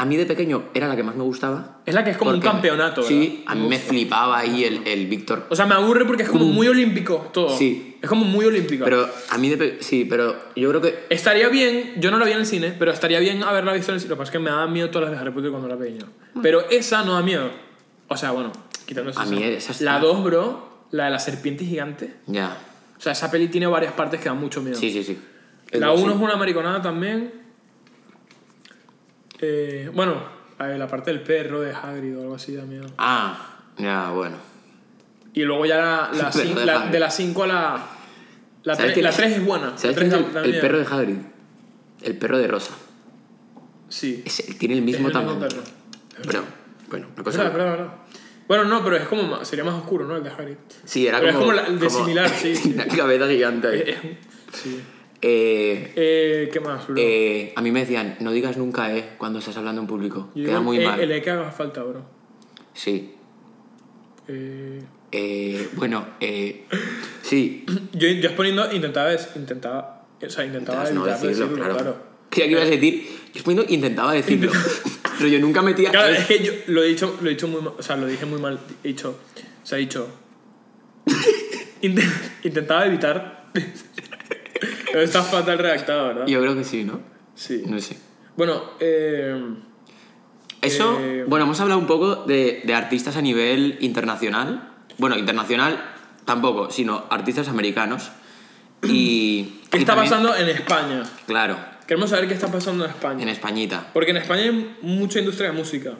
[SPEAKER 2] A mí de pequeño era la que más me gustaba.
[SPEAKER 1] Es la que es como un
[SPEAKER 2] porque-
[SPEAKER 1] campeonato,
[SPEAKER 2] Sí,
[SPEAKER 1] ¿verdad?
[SPEAKER 2] a mí me flipaba ahí el, el Víctor
[SPEAKER 1] O sea, me aburre porque es como muy olímpico todo.
[SPEAKER 2] Mm. Sí.
[SPEAKER 1] Es como muy olímpico.
[SPEAKER 2] Pero a mí de pe- Sí, pero yo creo que.
[SPEAKER 1] Estaría bien, yo no la vi en el cine, pero estaría bien haberla visto en el cine. Lo que pasa es que me daba miedo todas las de Harry Potter cuando era pequeño. Pero esa no da miedo. O sea, bueno, quitando eso.
[SPEAKER 2] A mí esa es-
[SPEAKER 1] La 2, bro, la de la serpiente gigante.
[SPEAKER 2] Ya.
[SPEAKER 1] O sea, esa peli tiene varias partes que dan mucho miedo.
[SPEAKER 2] Sí, sí, sí.
[SPEAKER 1] La
[SPEAKER 2] Sí.
[SPEAKER 1] 1 es una mariconada también. Eh, bueno, a ver, la parte del perro de Hagrid o algo así da miedo.
[SPEAKER 2] Ah, ya, bueno.
[SPEAKER 1] Y luego ya la, la
[SPEAKER 2] El perro
[SPEAKER 1] cin-
[SPEAKER 2] de
[SPEAKER 1] la-
[SPEAKER 2] Hagrid.
[SPEAKER 1] de la 5 a la. La
[SPEAKER 2] ¿Sabes
[SPEAKER 1] 3
[SPEAKER 2] quién
[SPEAKER 1] es buena. La
[SPEAKER 2] ¿Sabes
[SPEAKER 1] tres
[SPEAKER 2] quién es
[SPEAKER 1] da-
[SPEAKER 2] el,
[SPEAKER 1] da
[SPEAKER 2] el
[SPEAKER 1] miedo.
[SPEAKER 2] perro de Hagrid? El perro de Rosa.
[SPEAKER 1] Sí.
[SPEAKER 2] Ese- tiene el mismo
[SPEAKER 1] es el mismo
[SPEAKER 2] tamaño.
[SPEAKER 1] perro.
[SPEAKER 2] Pero, bueno, una
[SPEAKER 1] Es
[SPEAKER 2] cosa.
[SPEAKER 1] verdad, es verdad, es verdad. Bueno, no, pero es como más- sería más oscuro, ¿no? El de Hagrid.
[SPEAKER 2] Sí, era
[SPEAKER 1] Pero es
[SPEAKER 2] como.
[SPEAKER 1] como la- el de similar, sí, sí.
[SPEAKER 2] Una cabeza gigante ahí.
[SPEAKER 1] Eh, eh, sí.
[SPEAKER 2] Eh,
[SPEAKER 1] Eh, ¿Qué más, bro?
[SPEAKER 2] eh, a mí me decían, no digas nunca, eh, cuando estás hablando en público.
[SPEAKER 1] Yo
[SPEAKER 2] Queda
[SPEAKER 1] digo,
[SPEAKER 2] muy
[SPEAKER 1] eh,
[SPEAKER 2] mal.
[SPEAKER 1] El E que haga falta, bro.
[SPEAKER 2] Sí.
[SPEAKER 1] Eh,
[SPEAKER 2] Eh, bueno, eh, sí.
[SPEAKER 1] yo, yo exponiendo, intentaba, des- intentaba, o sea, intentaba
[SPEAKER 2] Tras no
[SPEAKER 1] evitar
[SPEAKER 2] decirlo, claro.
[SPEAKER 1] claro.
[SPEAKER 2] Creía que ibas a decir. Yo exponiendo, intentaba decirlo. pero yo nunca metía.
[SPEAKER 1] Claro, es que yo lo he dicho, lo he dicho muy mal, o sea, lo dije muy mal, he dicho, se ha dicho, Inte- intentaba evitar Está fatal redactado, ¿verdad?
[SPEAKER 2] Yo creo que sí, ¿no?
[SPEAKER 1] Sí.
[SPEAKER 2] No sé.
[SPEAKER 1] Bueno, eh,
[SPEAKER 2] Eso,
[SPEAKER 1] Eh,
[SPEAKER 2] bueno, hemos hablado un poco de, de artistas a nivel internacional. Bueno, internacional tampoco, sino artistas americanos. Y.
[SPEAKER 1] ¿qué
[SPEAKER 2] y
[SPEAKER 1] está
[SPEAKER 2] también-
[SPEAKER 1] pasando en España?
[SPEAKER 2] Claro,
[SPEAKER 1] Queremos saber qué está pasando en España.
[SPEAKER 2] en e- Españita.
[SPEAKER 1] Porque en España hay mucha industria de música.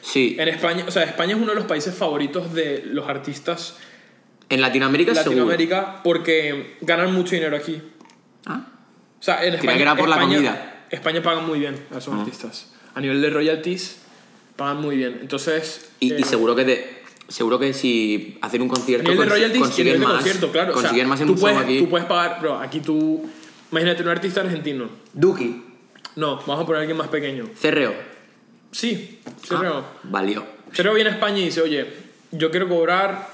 [SPEAKER 2] Sí.
[SPEAKER 1] En España, o sea, España es uno de los países favoritos de los artistas
[SPEAKER 2] En Latinoamérica,
[SPEAKER 1] de
[SPEAKER 2] seguro.
[SPEAKER 1] Latinoamérica porque ganan mucho dinero aquí.
[SPEAKER 2] Ah,
[SPEAKER 1] O sea, en España.
[SPEAKER 2] que era por la
[SPEAKER 1] España-
[SPEAKER 2] comida.
[SPEAKER 1] España paga muy bien a sus artistas. A nivel de royalties, pagan muy bien. Entonces.
[SPEAKER 2] Y, y
[SPEAKER 1] eh,
[SPEAKER 2] seguro que te- seguro que si hacen un
[SPEAKER 1] a
[SPEAKER 2] concierto
[SPEAKER 1] nivel de
[SPEAKER 2] cons-
[SPEAKER 1] royalties y a
[SPEAKER 2] consiguen
[SPEAKER 1] nivel de
[SPEAKER 2] más,
[SPEAKER 1] concierto, claro. o sea,
[SPEAKER 2] consiguen más en
[SPEAKER 1] tú
[SPEAKER 2] un show
[SPEAKER 1] puedes,
[SPEAKER 2] aquí.
[SPEAKER 1] Tú puedes pagar, bro, aquí tú. Imagínate un artista argentino.
[SPEAKER 2] Duki,
[SPEAKER 1] No, vamos a poner a alguien más pequeño.
[SPEAKER 2] Cerreo.
[SPEAKER 1] Sí,
[SPEAKER 2] Ah,
[SPEAKER 1] Cerreo.
[SPEAKER 2] valió.
[SPEAKER 1] Cerreo viene a España y dice, oye, yo quiero cobrar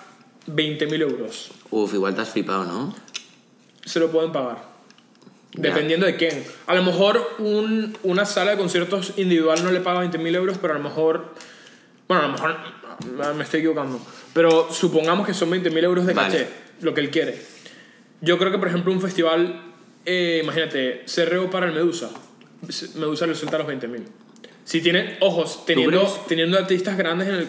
[SPEAKER 1] 20.000 euros.
[SPEAKER 2] Uf, igual te has flipado, ¿no?
[SPEAKER 1] se lo pueden pagar.
[SPEAKER 2] Ya.
[SPEAKER 1] Dependiendo de quién. A lo mejor un- una sala de conciertos individual no le paga 20.000 euros, pero a lo mejor... Bueno, a lo mejor ah, me estoy equivocando. Pero supongamos que son 20.000 euros de
[SPEAKER 2] Vale.
[SPEAKER 1] caché, lo que él quiere. Yo creo que, por ejemplo, un festival, eh, imagínate, CRO para el Medusa. Se- Medusa le suelta los 20.000. Si tienen, ojos, teniendo,
[SPEAKER 2] crees?
[SPEAKER 1] teniendo artistas grandes en el,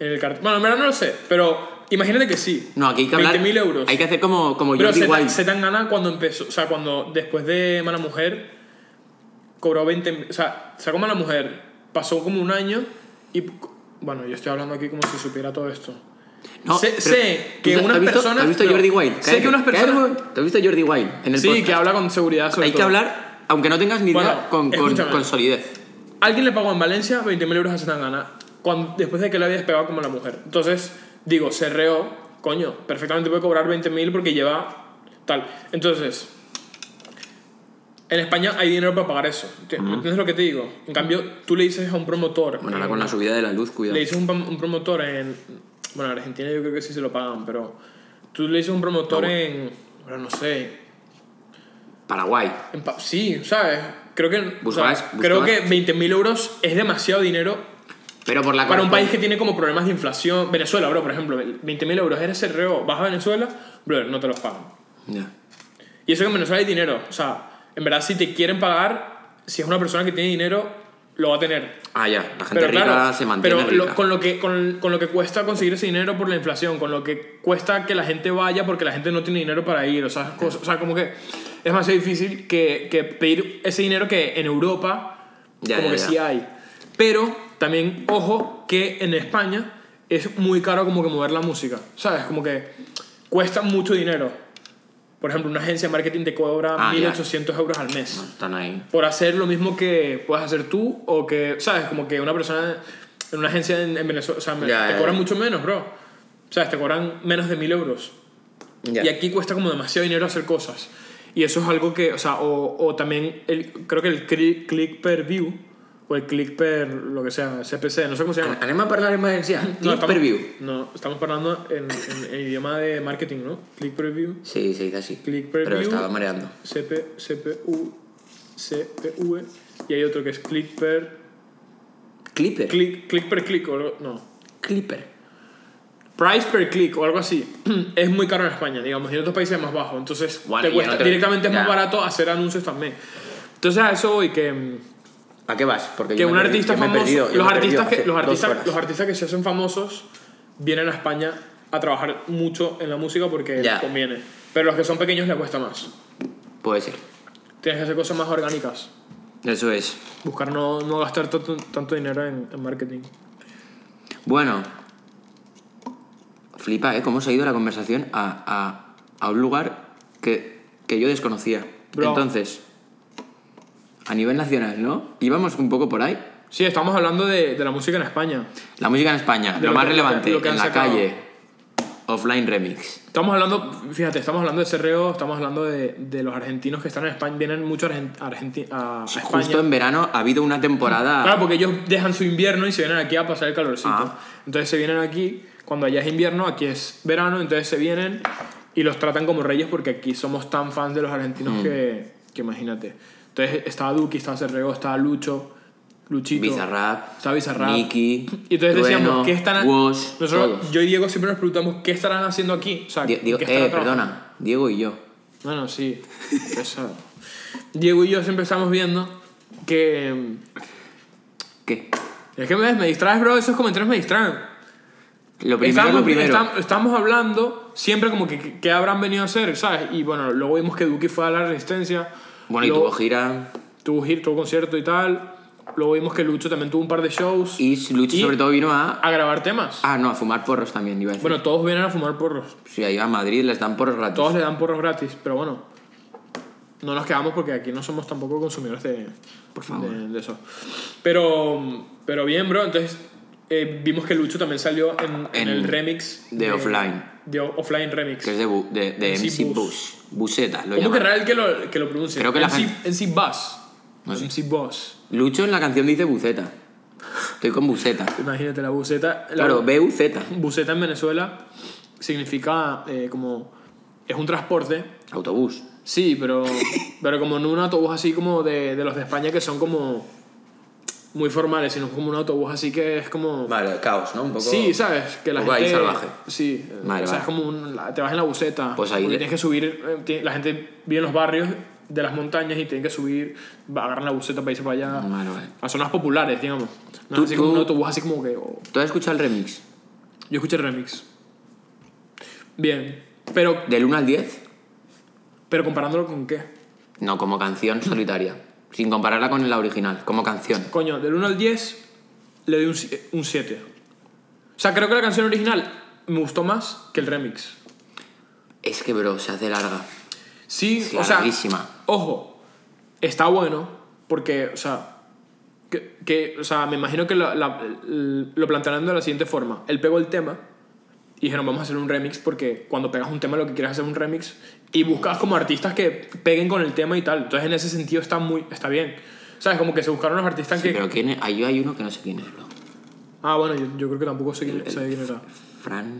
[SPEAKER 1] en el cartel. Bueno, en verdad no lo sé, pero imagínate que sí.
[SPEAKER 2] No, aquí hay que hablar.
[SPEAKER 1] 20.000 euros.
[SPEAKER 2] Hay que hacer como, como
[SPEAKER 1] Pero
[SPEAKER 2] Jordi
[SPEAKER 1] se,
[SPEAKER 2] Wild.
[SPEAKER 1] tan gana cuando empezó, o sea, cuando después de Mala Mujer cobró 20, o sea, sacó Mala Mujer, pasó como un año y bueno, yo estoy hablando aquí como si supiera todo esto.
[SPEAKER 2] No,
[SPEAKER 1] sé-
[SPEAKER 2] pero-
[SPEAKER 1] sé
[SPEAKER 2] ¿tú
[SPEAKER 1] que
[SPEAKER 2] has-
[SPEAKER 1] unas
[SPEAKER 2] has visto-
[SPEAKER 1] personas-
[SPEAKER 2] ¿Has visto
[SPEAKER 1] pero-
[SPEAKER 2] Jordi Wild?
[SPEAKER 1] sé que unas personas-
[SPEAKER 2] ¿Te has visto Jordi Wild en el
[SPEAKER 1] sí,
[SPEAKER 2] podcast?
[SPEAKER 1] que habla con seguridad sobre
[SPEAKER 2] Hay que
[SPEAKER 1] todo.
[SPEAKER 2] hablar, aunque no tengas ni idea,
[SPEAKER 1] Bueno,
[SPEAKER 2] con, con,
[SPEAKER 1] escúchame.
[SPEAKER 2] con solidez.
[SPEAKER 1] Alguien le pagó en Valencia 20.000 euros a Zetangana cuando, después de que le había despegado como la mujer. Entonces, digo, se reó, coño, perfectamente puede cobrar 20.000 porque lleva tal. Entonces, en España hay dinero para pagar eso. ¿enti- ¿Entiendes lo que te digo? En cambio, tú le dices a un promotor.
[SPEAKER 2] Bueno, ahora
[SPEAKER 1] en-
[SPEAKER 2] con la subida de la luz, cuidado.
[SPEAKER 1] le dices a un, prom- un promotor en. Bueno, en Argentina yo creo que sí se lo pagan, pero. Tú le dices a un promotor
[SPEAKER 2] No,
[SPEAKER 1] en. Bueno, no sé,
[SPEAKER 2] Paraguay.
[SPEAKER 1] en pa- sí, ¿sabes? Creo que, o sea,
[SPEAKER 2] Buscabas-
[SPEAKER 1] creo
[SPEAKER 2] buscabas-
[SPEAKER 1] que 20.000 euros es demasiado dinero
[SPEAKER 2] Pero por la
[SPEAKER 1] para un
[SPEAKER 2] corresponde-
[SPEAKER 1] país que tiene como problemas de inflación. Venezuela, bro, por ejemplo, 20.000 euros eres CRO, vas a Venezuela, bro, no te los pagan.
[SPEAKER 2] Ya.
[SPEAKER 1] Y eso que en Venezuela hay dinero. O sea, en verdad, si te quieren pagar, si es una persona que tiene dinero, lo va a tener.
[SPEAKER 2] Ah, ya. La gente
[SPEAKER 1] Pero
[SPEAKER 2] rica
[SPEAKER 1] claro,
[SPEAKER 2] se mantiene
[SPEAKER 1] pero lo-
[SPEAKER 2] rica.
[SPEAKER 1] con, lo que, con, con lo que cuesta conseguir ese dinero por la inflación, con lo que cuesta que la gente vaya porque la gente no tiene dinero para ir, o sea, esas cosas, o sea como que es demasiado difícil que, que pedir ese dinero que en Europa
[SPEAKER 2] Ya,
[SPEAKER 1] como
[SPEAKER 2] ya,
[SPEAKER 1] que
[SPEAKER 2] ya.
[SPEAKER 1] sí hay. Pero también, ojo, que en España es muy caro como que mover la música, ¿sabes? Como que cuesta mucho dinero. Por ejemplo, una agencia de marketing te cobra
[SPEAKER 2] Ah, ya.
[SPEAKER 1] 1.800 euros al mes
[SPEAKER 2] No, están ahí.
[SPEAKER 1] por hacer lo mismo que puedes hacer tú o que, ¿sabes? Como que una persona en una agencia en, en Venezuela, o sea, me-
[SPEAKER 2] Ya,
[SPEAKER 1] te
[SPEAKER 2] ya,
[SPEAKER 1] cobran
[SPEAKER 2] ya.
[SPEAKER 1] mucho menos, bro. ¿Sabes? Te cobran menos de mil euros.
[SPEAKER 2] Ya.
[SPEAKER 1] Y aquí cuesta como demasiado dinero hacer cosas. Y eso es algo que, o sea, o, o también el, creo que el click, click per view o el click per lo que sea, CPC, no sé cómo se llama.
[SPEAKER 2] Ah, Anem a hablar en valencià.
[SPEAKER 1] No,
[SPEAKER 2] Click per view.
[SPEAKER 1] No, estamos hablando en, en- en idioma de marketing, ¿no? Click per view.
[SPEAKER 2] Sí, se dice así.
[SPEAKER 1] Click per
[SPEAKER 2] pero
[SPEAKER 1] view.
[SPEAKER 2] estaba mareando.
[SPEAKER 1] CP, CPU, CPV y hay otro que es click per
[SPEAKER 2] Clipper.
[SPEAKER 1] click, click per click o algo, no
[SPEAKER 2] Clipper.
[SPEAKER 1] price per click o algo así es muy caro en España digamos y en otros países es más bajo entonces
[SPEAKER 2] Bueno,
[SPEAKER 1] te
[SPEAKER 2] y en
[SPEAKER 1] cuesta-
[SPEAKER 2] otro-
[SPEAKER 1] directamente es más
[SPEAKER 2] ya.
[SPEAKER 1] barato hacer anuncios también entonces a eso voy que mm,
[SPEAKER 2] ¿A qué vas? Porque
[SPEAKER 1] que
[SPEAKER 2] yo me
[SPEAKER 1] un
[SPEAKER 2] perdí-
[SPEAKER 1] artista
[SPEAKER 2] yo me he
[SPEAKER 1] famoso
[SPEAKER 2] perdido, yo
[SPEAKER 1] los
[SPEAKER 2] me he perdido
[SPEAKER 1] artistas que
[SPEAKER 2] hace
[SPEAKER 1] los
[SPEAKER 2] dos
[SPEAKER 1] artistas
[SPEAKER 2] horas.
[SPEAKER 1] los artistas que se hacen famosos vienen a España a trabajar mucho en la música porque
[SPEAKER 2] Ya.
[SPEAKER 1] les conviene pero los que son pequeños les cuesta más
[SPEAKER 2] Puede ser.
[SPEAKER 1] tienes que hacer cosas más orgánicas
[SPEAKER 2] Eso es.
[SPEAKER 1] buscar no, no gastar tanto, tanto dinero en, en marketing
[SPEAKER 2] Bueno. Flipa, ¿eh? Cómo se ha ido la conversación a, a, a un lugar que, que yo desconocía.
[SPEAKER 1] Bro.
[SPEAKER 2] Entonces, a nivel nacional, ¿no? Íbamos un poco por ahí.
[SPEAKER 1] sí estamos hablando de, de la música en España
[SPEAKER 2] La música en España,
[SPEAKER 1] De
[SPEAKER 2] lo,
[SPEAKER 1] lo
[SPEAKER 2] más
[SPEAKER 1] que-
[SPEAKER 2] relevante,
[SPEAKER 1] lo que han
[SPEAKER 2] en la
[SPEAKER 1] sacado.
[SPEAKER 2] calle. Offline Remix.
[SPEAKER 1] Estamos hablando, fíjate, estamos hablando de Cerreo, estamos hablando de, de los argentinos que están en España, vienen muchos argentinos a, a España.
[SPEAKER 2] Justo en verano ha habido una temporada.
[SPEAKER 1] Claro, porque ellos dejan su invierno y se vienen aquí a pasar el calorcito.
[SPEAKER 2] Ah.
[SPEAKER 1] Entonces se vienen aquí, cuando allá es invierno, aquí es verano, entonces se vienen y los tratan como reyes porque aquí somos tan fans de los
[SPEAKER 2] Mm.
[SPEAKER 1] argentinos que, que imagínate. Entonces estaba Duki, estaba Cerreo, estaba Lucho, Luchito.
[SPEAKER 2] Bizarrap,
[SPEAKER 1] Estaba Bizarrap.
[SPEAKER 2] Nicki,
[SPEAKER 1] Y entonces
[SPEAKER 2] Trueno,
[SPEAKER 1] decíamos, ¿qué estarán...?
[SPEAKER 2] Woz,
[SPEAKER 1] Nosotros,
[SPEAKER 2] todos.
[SPEAKER 1] yo y Diego siempre nos preguntamos, ¿qué estarán haciendo aquí? O sea,
[SPEAKER 2] Di- Diego,
[SPEAKER 1] ¿qué estarán
[SPEAKER 2] eh,
[SPEAKER 1] trabajando?
[SPEAKER 2] perdona, Diego y yo.
[SPEAKER 1] Bueno, sí. pesado. Diego y yo siempre estamos viendo que.
[SPEAKER 2] ¿Qué?
[SPEAKER 1] Es que me, me distraes, bro. Esos comentarios me distraen.
[SPEAKER 2] Lo primero, lo primero.
[SPEAKER 1] estam- estamos hablando siempre como que, que- que habrán venido a hacer, ¿sabes? Y bueno, luego vimos que Duki fue a la resistencia.
[SPEAKER 2] Bueno, y
[SPEAKER 1] Luego
[SPEAKER 2] tuvo gira.
[SPEAKER 1] Tuvo gir, tuvo concierto y tal. Luego vimos que Lucho también tuvo un par de shows.
[SPEAKER 2] Y Lucho sobre todo vino a...
[SPEAKER 1] A grabar temas.
[SPEAKER 2] Ah, no, a fumar porros también, iba a decir.
[SPEAKER 1] Bueno, todos vienen a fumar porros.
[SPEAKER 2] si ahí va a Madrid les dan porros gratis.
[SPEAKER 1] Todos le dan porros gratis, pero bueno. No nos quedamos porque aquí no somos tampoco consumidores de, de, de eso. Pero, pero bien, bro. Entonces eh, vimos que Lucho también salió en, en
[SPEAKER 2] En-
[SPEAKER 1] el remix.
[SPEAKER 2] de Offline.
[SPEAKER 1] De O- Offline Remix.
[SPEAKER 2] Que es de, bu- de, de
[SPEAKER 1] MC
[SPEAKER 2] MC,
[SPEAKER 1] Bus.
[SPEAKER 2] Bus. Buseta, lo
[SPEAKER 1] ¿Cómo
[SPEAKER 2] llaman.
[SPEAKER 1] querrá el que lo, que lo pronuncie?
[SPEAKER 2] Creo que la
[SPEAKER 1] MC,
[SPEAKER 2] gente-
[SPEAKER 1] MC Bus.
[SPEAKER 2] No sé.
[SPEAKER 1] MC Bus.
[SPEAKER 2] Lucho en la canción dice Buceta. Estoy con Buceta.
[SPEAKER 1] Imagínate la buceta. La
[SPEAKER 2] Claro, B-U-Z.
[SPEAKER 1] buceta en Venezuela significa eh, como. Es un transporte.
[SPEAKER 2] Autobús.
[SPEAKER 1] Sí, pero, pero como en un autobús así como de, de los de España que son como muy formales, sino como un autobús así que es como...
[SPEAKER 2] Vale, caos, ¿no? Un poco...
[SPEAKER 1] sí, ¿sabes? Que la
[SPEAKER 2] poco ahí
[SPEAKER 1] gente...
[SPEAKER 2] salvaje.
[SPEAKER 1] Sí, eh,
[SPEAKER 2] Vale,
[SPEAKER 1] o sea,
[SPEAKER 2] vale.
[SPEAKER 1] es como un- la- te vas en la buceta.
[SPEAKER 2] Pues ahí
[SPEAKER 1] porque
[SPEAKER 2] le-
[SPEAKER 1] tienes que subir, eh, ti- la gente vive en los barrios de las montañas y tienen que subir, va- agarran la buceta para irse para allá.
[SPEAKER 2] Vale, vale.
[SPEAKER 1] A zonas populares, digamos. No es
[SPEAKER 2] Mm. Tú-
[SPEAKER 1] así como un
[SPEAKER 2] tú-
[SPEAKER 1] autobús así como que... oh,
[SPEAKER 2] ¿Tú has escuchado el remix?
[SPEAKER 1] Yo escuché el remix. Bien, pero,
[SPEAKER 2] ¿Del 1 al 10?
[SPEAKER 1] pero comparándolo con qué?
[SPEAKER 2] No, como canción solitaria. Sin compararla con la original, como canción.
[SPEAKER 1] Coño, del 1 al 10 le doy un si- un 7. O sea, creo que la canción original me gustó más que el remix.
[SPEAKER 2] Es que, bro, se hace larga.
[SPEAKER 1] Sí,
[SPEAKER 2] Es
[SPEAKER 1] o sea,
[SPEAKER 2] larguísima.
[SPEAKER 1] ojo, está bueno porque, o sea, que, que, o sea, me imagino que la- la- l- lo plantearán de la siguiente forma. Él pegó el tema y dijeron, vamos a hacer un remix porque cuando pegas un tema lo que quieres es hacer un remix y buscas como artistas que peguen con el tema y tal. Entonces, en ese sentido está muy está bien. ¿Sabes? Como que se buscaron los artistas que...
[SPEAKER 2] Pero ¿quién es? Ahí hay uno que no sé quién es, bro.
[SPEAKER 1] Ah, bueno, yo, yo creo que tampoco sé quién, sé quién era.
[SPEAKER 2] Fran...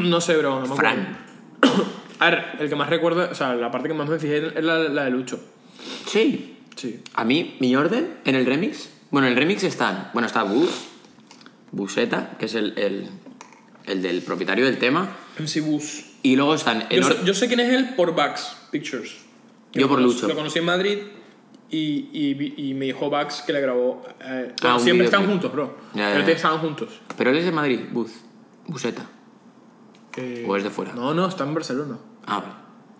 [SPEAKER 1] No sé, bro, no me acuerdo.
[SPEAKER 2] Fran.
[SPEAKER 1] A ver, el que más recuerdo, o sea, la parte que más me fijé es la, la de Lucho.
[SPEAKER 2] Sí.
[SPEAKER 1] Sí.
[SPEAKER 2] A mí, mi orden en el remix. Bueno, en el remix están. Bueno, está Bus, Buseta, que es el, el, el del propietario del tema.
[SPEAKER 1] MC Bus.
[SPEAKER 2] Y luego están. en
[SPEAKER 1] Yo,
[SPEAKER 2] or-
[SPEAKER 1] sé, yo sé quién es él por Bax Pictures.
[SPEAKER 2] Yo
[SPEAKER 1] Lo
[SPEAKER 2] por
[SPEAKER 1] conoc-
[SPEAKER 2] Lucho.
[SPEAKER 1] Lo conocí en Madrid y, y, vi- y me dijo Bax que le grabó. eh,
[SPEAKER 2] Ah,
[SPEAKER 1] bueno,
[SPEAKER 2] un
[SPEAKER 1] siempre están
[SPEAKER 2] videoclip.
[SPEAKER 1] juntos, bro.
[SPEAKER 2] Ya, ya,
[SPEAKER 1] Pero
[SPEAKER 2] ya.
[SPEAKER 1] estaban juntos.
[SPEAKER 2] Pero él es de Madrid, Bus. Buseta.
[SPEAKER 1] Eh,
[SPEAKER 2] ¿O es de fuera?
[SPEAKER 1] No, no, está en Barcelona.
[SPEAKER 2] Ah, vale.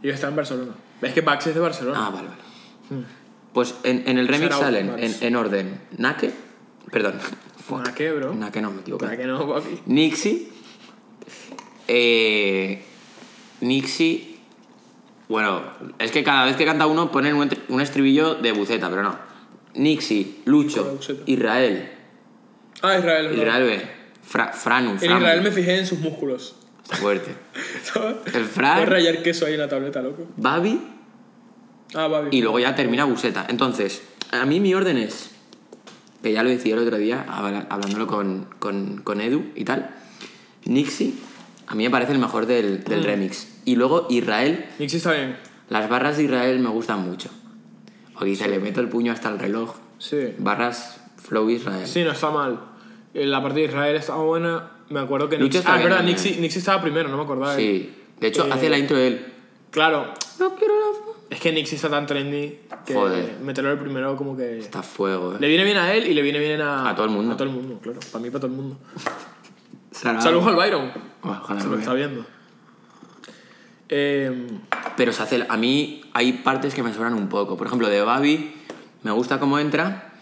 [SPEAKER 1] Ellos están en Barcelona. Es que Bax es de Barcelona.
[SPEAKER 2] Ah, vale, vale. Pues en, en el remix
[SPEAKER 1] Shout out,
[SPEAKER 2] salen en,
[SPEAKER 1] Max.
[SPEAKER 2] en orden Nake. Perdón.
[SPEAKER 1] ¿Para qué, bro?
[SPEAKER 2] Nake no, me equivoco.
[SPEAKER 1] ¿Para qué no, papi?
[SPEAKER 2] Nixie. Eh, Nixie. Bueno, es que cada vez que canta uno ponen un, entr- un estribillo de buceta, pero no. Nixie,
[SPEAKER 1] Hola,
[SPEAKER 2] Lucho,
[SPEAKER 1] Buceta.
[SPEAKER 2] Israel,
[SPEAKER 1] Ah, Israel, bro.
[SPEAKER 2] Israel B, Fra- Franu,
[SPEAKER 1] En
[SPEAKER 2] Franu.
[SPEAKER 1] Israel me fijé en sus músculos.
[SPEAKER 2] Está fuerte.
[SPEAKER 1] Voy
[SPEAKER 2] El
[SPEAKER 1] a
[SPEAKER 2] Fran,
[SPEAKER 1] rayar queso ahí en la tableta, loco.
[SPEAKER 2] Babi
[SPEAKER 1] Ah, va bien.
[SPEAKER 2] y luego ya termina buceta. Entonces, a mí mi orden es, que ya lo decía el otro día, habla- hablándolo con, con- con Edu y tal, Nixie, a mí me parece el mejor del,
[SPEAKER 1] Mm.
[SPEAKER 2] del remix. Y luego Israel,
[SPEAKER 1] Nixie está bien.
[SPEAKER 2] Las barras de Israel me gustan mucho. O quizá le meto el puño hasta el reloj.
[SPEAKER 1] Sí.
[SPEAKER 2] Barras Flow Israel.
[SPEAKER 1] Sí, no está mal. Eh, La parte de Israel estaba buena. Me acuerdo que
[SPEAKER 2] Lucha
[SPEAKER 1] Nixie.
[SPEAKER 2] está
[SPEAKER 1] Ah, es
[SPEAKER 2] bien
[SPEAKER 1] verdad,
[SPEAKER 2] también.
[SPEAKER 1] Nixie, Nixie estaba primero, no me acordaba. de él.
[SPEAKER 2] Sí. De hecho,
[SPEAKER 1] Eh,
[SPEAKER 2] hace la intro de él.
[SPEAKER 1] Claro,
[SPEAKER 2] No quiero la fama.
[SPEAKER 1] es que Nixie está tan trendy que
[SPEAKER 2] Joder.
[SPEAKER 1] meterlo el primero como que.
[SPEAKER 2] Está a fuego,
[SPEAKER 1] Le
[SPEAKER 2] eh.
[SPEAKER 1] viene bien a él y le viene bien a.
[SPEAKER 2] A todo el mundo. Ah,
[SPEAKER 1] A todo el mundo, claro. Para mí, para todo el mundo.
[SPEAKER 2] Sarah-
[SPEAKER 1] Saludos al Byron.
[SPEAKER 2] Ojalá
[SPEAKER 1] Se
[SPEAKER 2] lo
[SPEAKER 1] lo
[SPEAKER 2] vea.
[SPEAKER 1] está viendo. Eh,
[SPEAKER 2] Pero se hace. el- A mí hay partes que me sobran un poco. Por ejemplo, de Babi, me gusta cómo entra.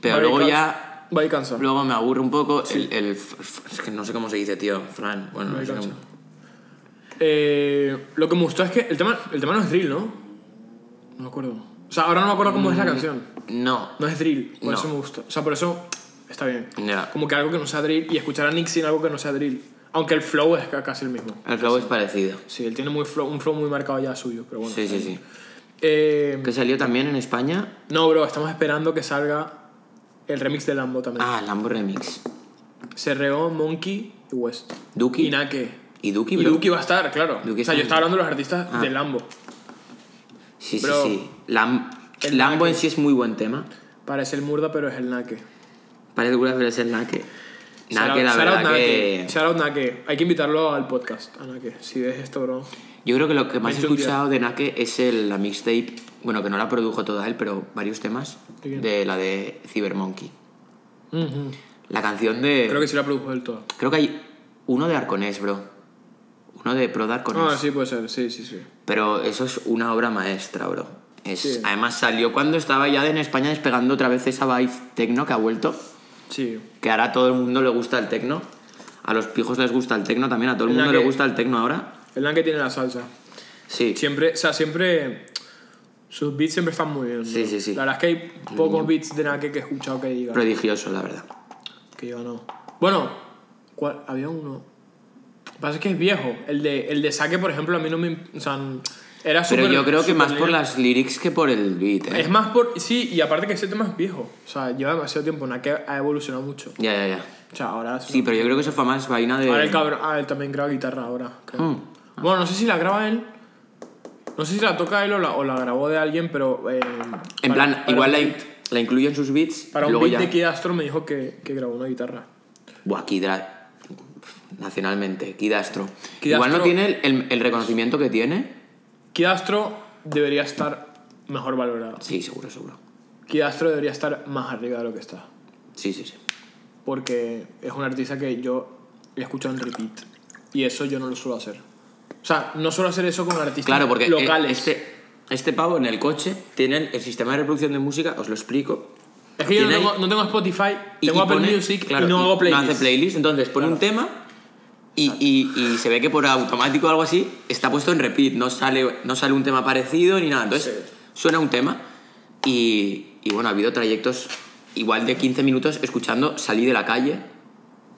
[SPEAKER 2] Pero
[SPEAKER 1] Bobby
[SPEAKER 2] luego
[SPEAKER 1] Cans-
[SPEAKER 2] ya.
[SPEAKER 1] Bobby Cansa.
[SPEAKER 2] Luego me aburre un poco. El, el f- f- es que no sé cómo se dice, tío. Fran. Bueno, no
[SPEAKER 1] Bobby
[SPEAKER 2] sé
[SPEAKER 1] Cansa.
[SPEAKER 2] cómo.
[SPEAKER 1] Eh, lo que me gustó es que el tema, el tema no es drill, ¿no? No me acuerdo. O sea, ahora no me acuerdo cómo es la canción.
[SPEAKER 2] No.
[SPEAKER 1] No es drill, por
[SPEAKER 2] Mm. No.
[SPEAKER 1] eso me gusta. O sea, por eso está bien.
[SPEAKER 2] Ya.
[SPEAKER 1] Como que algo que no sea drill y escuchar a Nixie en algo que no sea drill. Aunque el flow es ca- casi el mismo.
[SPEAKER 2] El flow es parecido.
[SPEAKER 1] Sí, él tiene muy flow, un flow muy marcado ya suyo, pero bueno.
[SPEAKER 2] Sí, sí, sí.
[SPEAKER 1] Eh,
[SPEAKER 2] Que salió también en España
[SPEAKER 1] no, bro, estamos esperando que salga el remix de Lambo también.
[SPEAKER 2] Ah, Lambo Remix.
[SPEAKER 1] Serreo, Monkey y West.
[SPEAKER 2] Duki.
[SPEAKER 1] Y Nake.
[SPEAKER 2] Y Duki,
[SPEAKER 1] Y
[SPEAKER 2] bro.
[SPEAKER 1] Duki va a estar, claro.
[SPEAKER 2] Duki
[SPEAKER 1] o sea, yo
[SPEAKER 2] está-
[SPEAKER 1] estaba hablando de los artistas
[SPEAKER 2] Ah.
[SPEAKER 1] de Lambo.
[SPEAKER 2] Sí, sí,
[SPEAKER 1] Bro.
[SPEAKER 2] sí. Lam-
[SPEAKER 1] El
[SPEAKER 2] Lambo
[SPEAKER 1] Nake.
[SPEAKER 2] en sí es muy buen tema.
[SPEAKER 1] Parece el Murda, pero es el Nake.
[SPEAKER 2] Parece que es el Nake.
[SPEAKER 1] Shout
[SPEAKER 2] Nada
[SPEAKER 1] out-
[SPEAKER 2] que la
[SPEAKER 1] shout out
[SPEAKER 2] verdad
[SPEAKER 1] Nake.
[SPEAKER 2] que...
[SPEAKER 1] Shout out Nake. Hay que invitarlo al podcast, a Nake. Si ves esto, bro.
[SPEAKER 2] Yo creo que lo que más he
[SPEAKER 1] Vete un día.
[SPEAKER 2] escuchado de Nake es el, la mixtape, bueno, que no la produjo toda él, pero varios temas,
[SPEAKER 1] Muy bien.
[SPEAKER 2] de la de Cybermonkey. La canción de...
[SPEAKER 1] Creo que sí la produjo del todo.
[SPEAKER 2] creo que hay uno de Arconés, bro. Uno de Pro de Arconés.
[SPEAKER 1] Ah, sí, puede ser. Sí, sí, sí.
[SPEAKER 2] Pero eso es una obra maestra, bro. Es,
[SPEAKER 1] Sí.
[SPEAKER 2] Además salió cuando estaba ya en España despegando otra vez esa vibe techno que ha vuelto,
[SPEAKER 1] Sí.
[SPEAKER 2] que ahora a todo el mundo le gusta el techno. A los pijos les gusta el techno también, a todo el
[SPEAKER 1] Es la
[SPEAKER 2] mundo le
[SPEAKER 1] que-
[SPEAKER 2] gusta el techno ahora.
[SPEAKER 1] El Nake tiene la salsa.
[SPEAKER 2] Sí.
[SPEAKER 1] Siempre, o sea, siempre. Sus beats siempre están muy bien.
[SPEAKER 2] Sí,
[SPEAKER 1] bro.
[SPEAKER 2] sí, sí.
[SPEAKER 1] La verdad es que hay pocos beats de Nake que he escuchado que diga.
[SPEAKER 2] Prodigioso, la verdad.
[SPEAKER 1] Que yo no. Bueno, ¿cuál? había uno. Lo que pasa es que es viejo. El de, el de saque, por ejemplo, a mí no me. im- O sea, era
[SPEAKER 2] Pero
[SPEAKER 1] súper-
[SPEAKER 2] yo creo que
[SPEAKER 1] súper
[SPEAKER 2] más por
[SPEAKER 1] lineal.
[SPEAKER 2] las lyrics que por el beat, ¿eh?
[SPEAKER 1] Es más por. Sí, y aparte que ese tema es viejo. O sea, lleva demasiado tiempo. Nake ha evolucionado mucho.
[SPEAKER 2] Ya, ya, ya.
[SPEAKER 1] O sea, ahora.
[SPEAKER 2] Sí, pero yo creo que eso fue más vaina de...
[SPEAKER 1] Ahora el cabrón. Ah, él también graba guitarra ahora. creo.
[SPEAKER 2] Mm.
[SPEAKER 1] Bueno, no sé si la graba él. No sé si la toca él o la, o la grabó de alguien, pero. eh,
[SPEAKER 2] En
[SPEAKER 1] para-
[SPEAKER 2] plan,
[SPEAKER 1] para
[SPEAKER 2] igual
[SPEAKER 1] un
[SPEAKER 2] la,
[SPEAKER 1] beat-
[SPEAKER 2] la incluye en sus beats,
[SPEAKER 1] Para un
[SPEAKER 2] luego
[SPEAKER 1] beat
[SPEAKER 2] ya...
[SPEAKER 1] de Kid Astro me dijo que, que grabó una guitarra.
[SPEAKER 2] Buah, Kid Ra- Nacionalmente, Kid Astro.
[SPEAKER 1] Kid
[SPEAKER 2] Igual
[SPEAKER 1] Astro-
[SPEAKER 2] no tiene el, el- el reconocimiento que tiene.
[SPEAKER 1] Kid Astro debería estar mejor valorado.
[SPEAKER 2] Sí, seguro, seguro.
[SPEAKER 1] Kid Astro debería estar más arriba de lo que está.
[SPEAKER 2] Sí, sí, sí.
[SPEAKER 1] Porque es un artista que yo he escuchado en repeat. Y eso yo no lo suelo hacer. O sea, no suelo hacer eso con artistas
[SPEAKER 2] Claro, porque eh,
[SPEAKER 1] locales.
[SPEAKER 2] este, este pavo en el coche tiene el, el sistema de reproducción de música, os lo explico.
[SPEAKER 1] es que yo no
[SPEAKER 2] Tiene ahí-
[SPEAKER 1] tengo, no tengo Spotify,
[SPEAKER 2] y-
[SPEAKER 1] tengo
[SPEAKER 2] y
[SPEAKER 1] Apple
[SPEAKER 2] pone-
[SPEAKER 1] Music
[SPEAKER 2] claro,
[SPEAKER 1] y no hago playlists.
[SPEAKER 2] hace playlist, entonces pone un tema y, y- y se ve que por automático o algo así está puesto en repeat, no sale, no sale un tema parecido ni nada. Entonces
[SPEAKER 1] Sí.
[SPEAKER 2] suena un tema y, y bueno, ha habido trayectos igual de 15 minutos escuchando Salí de la calle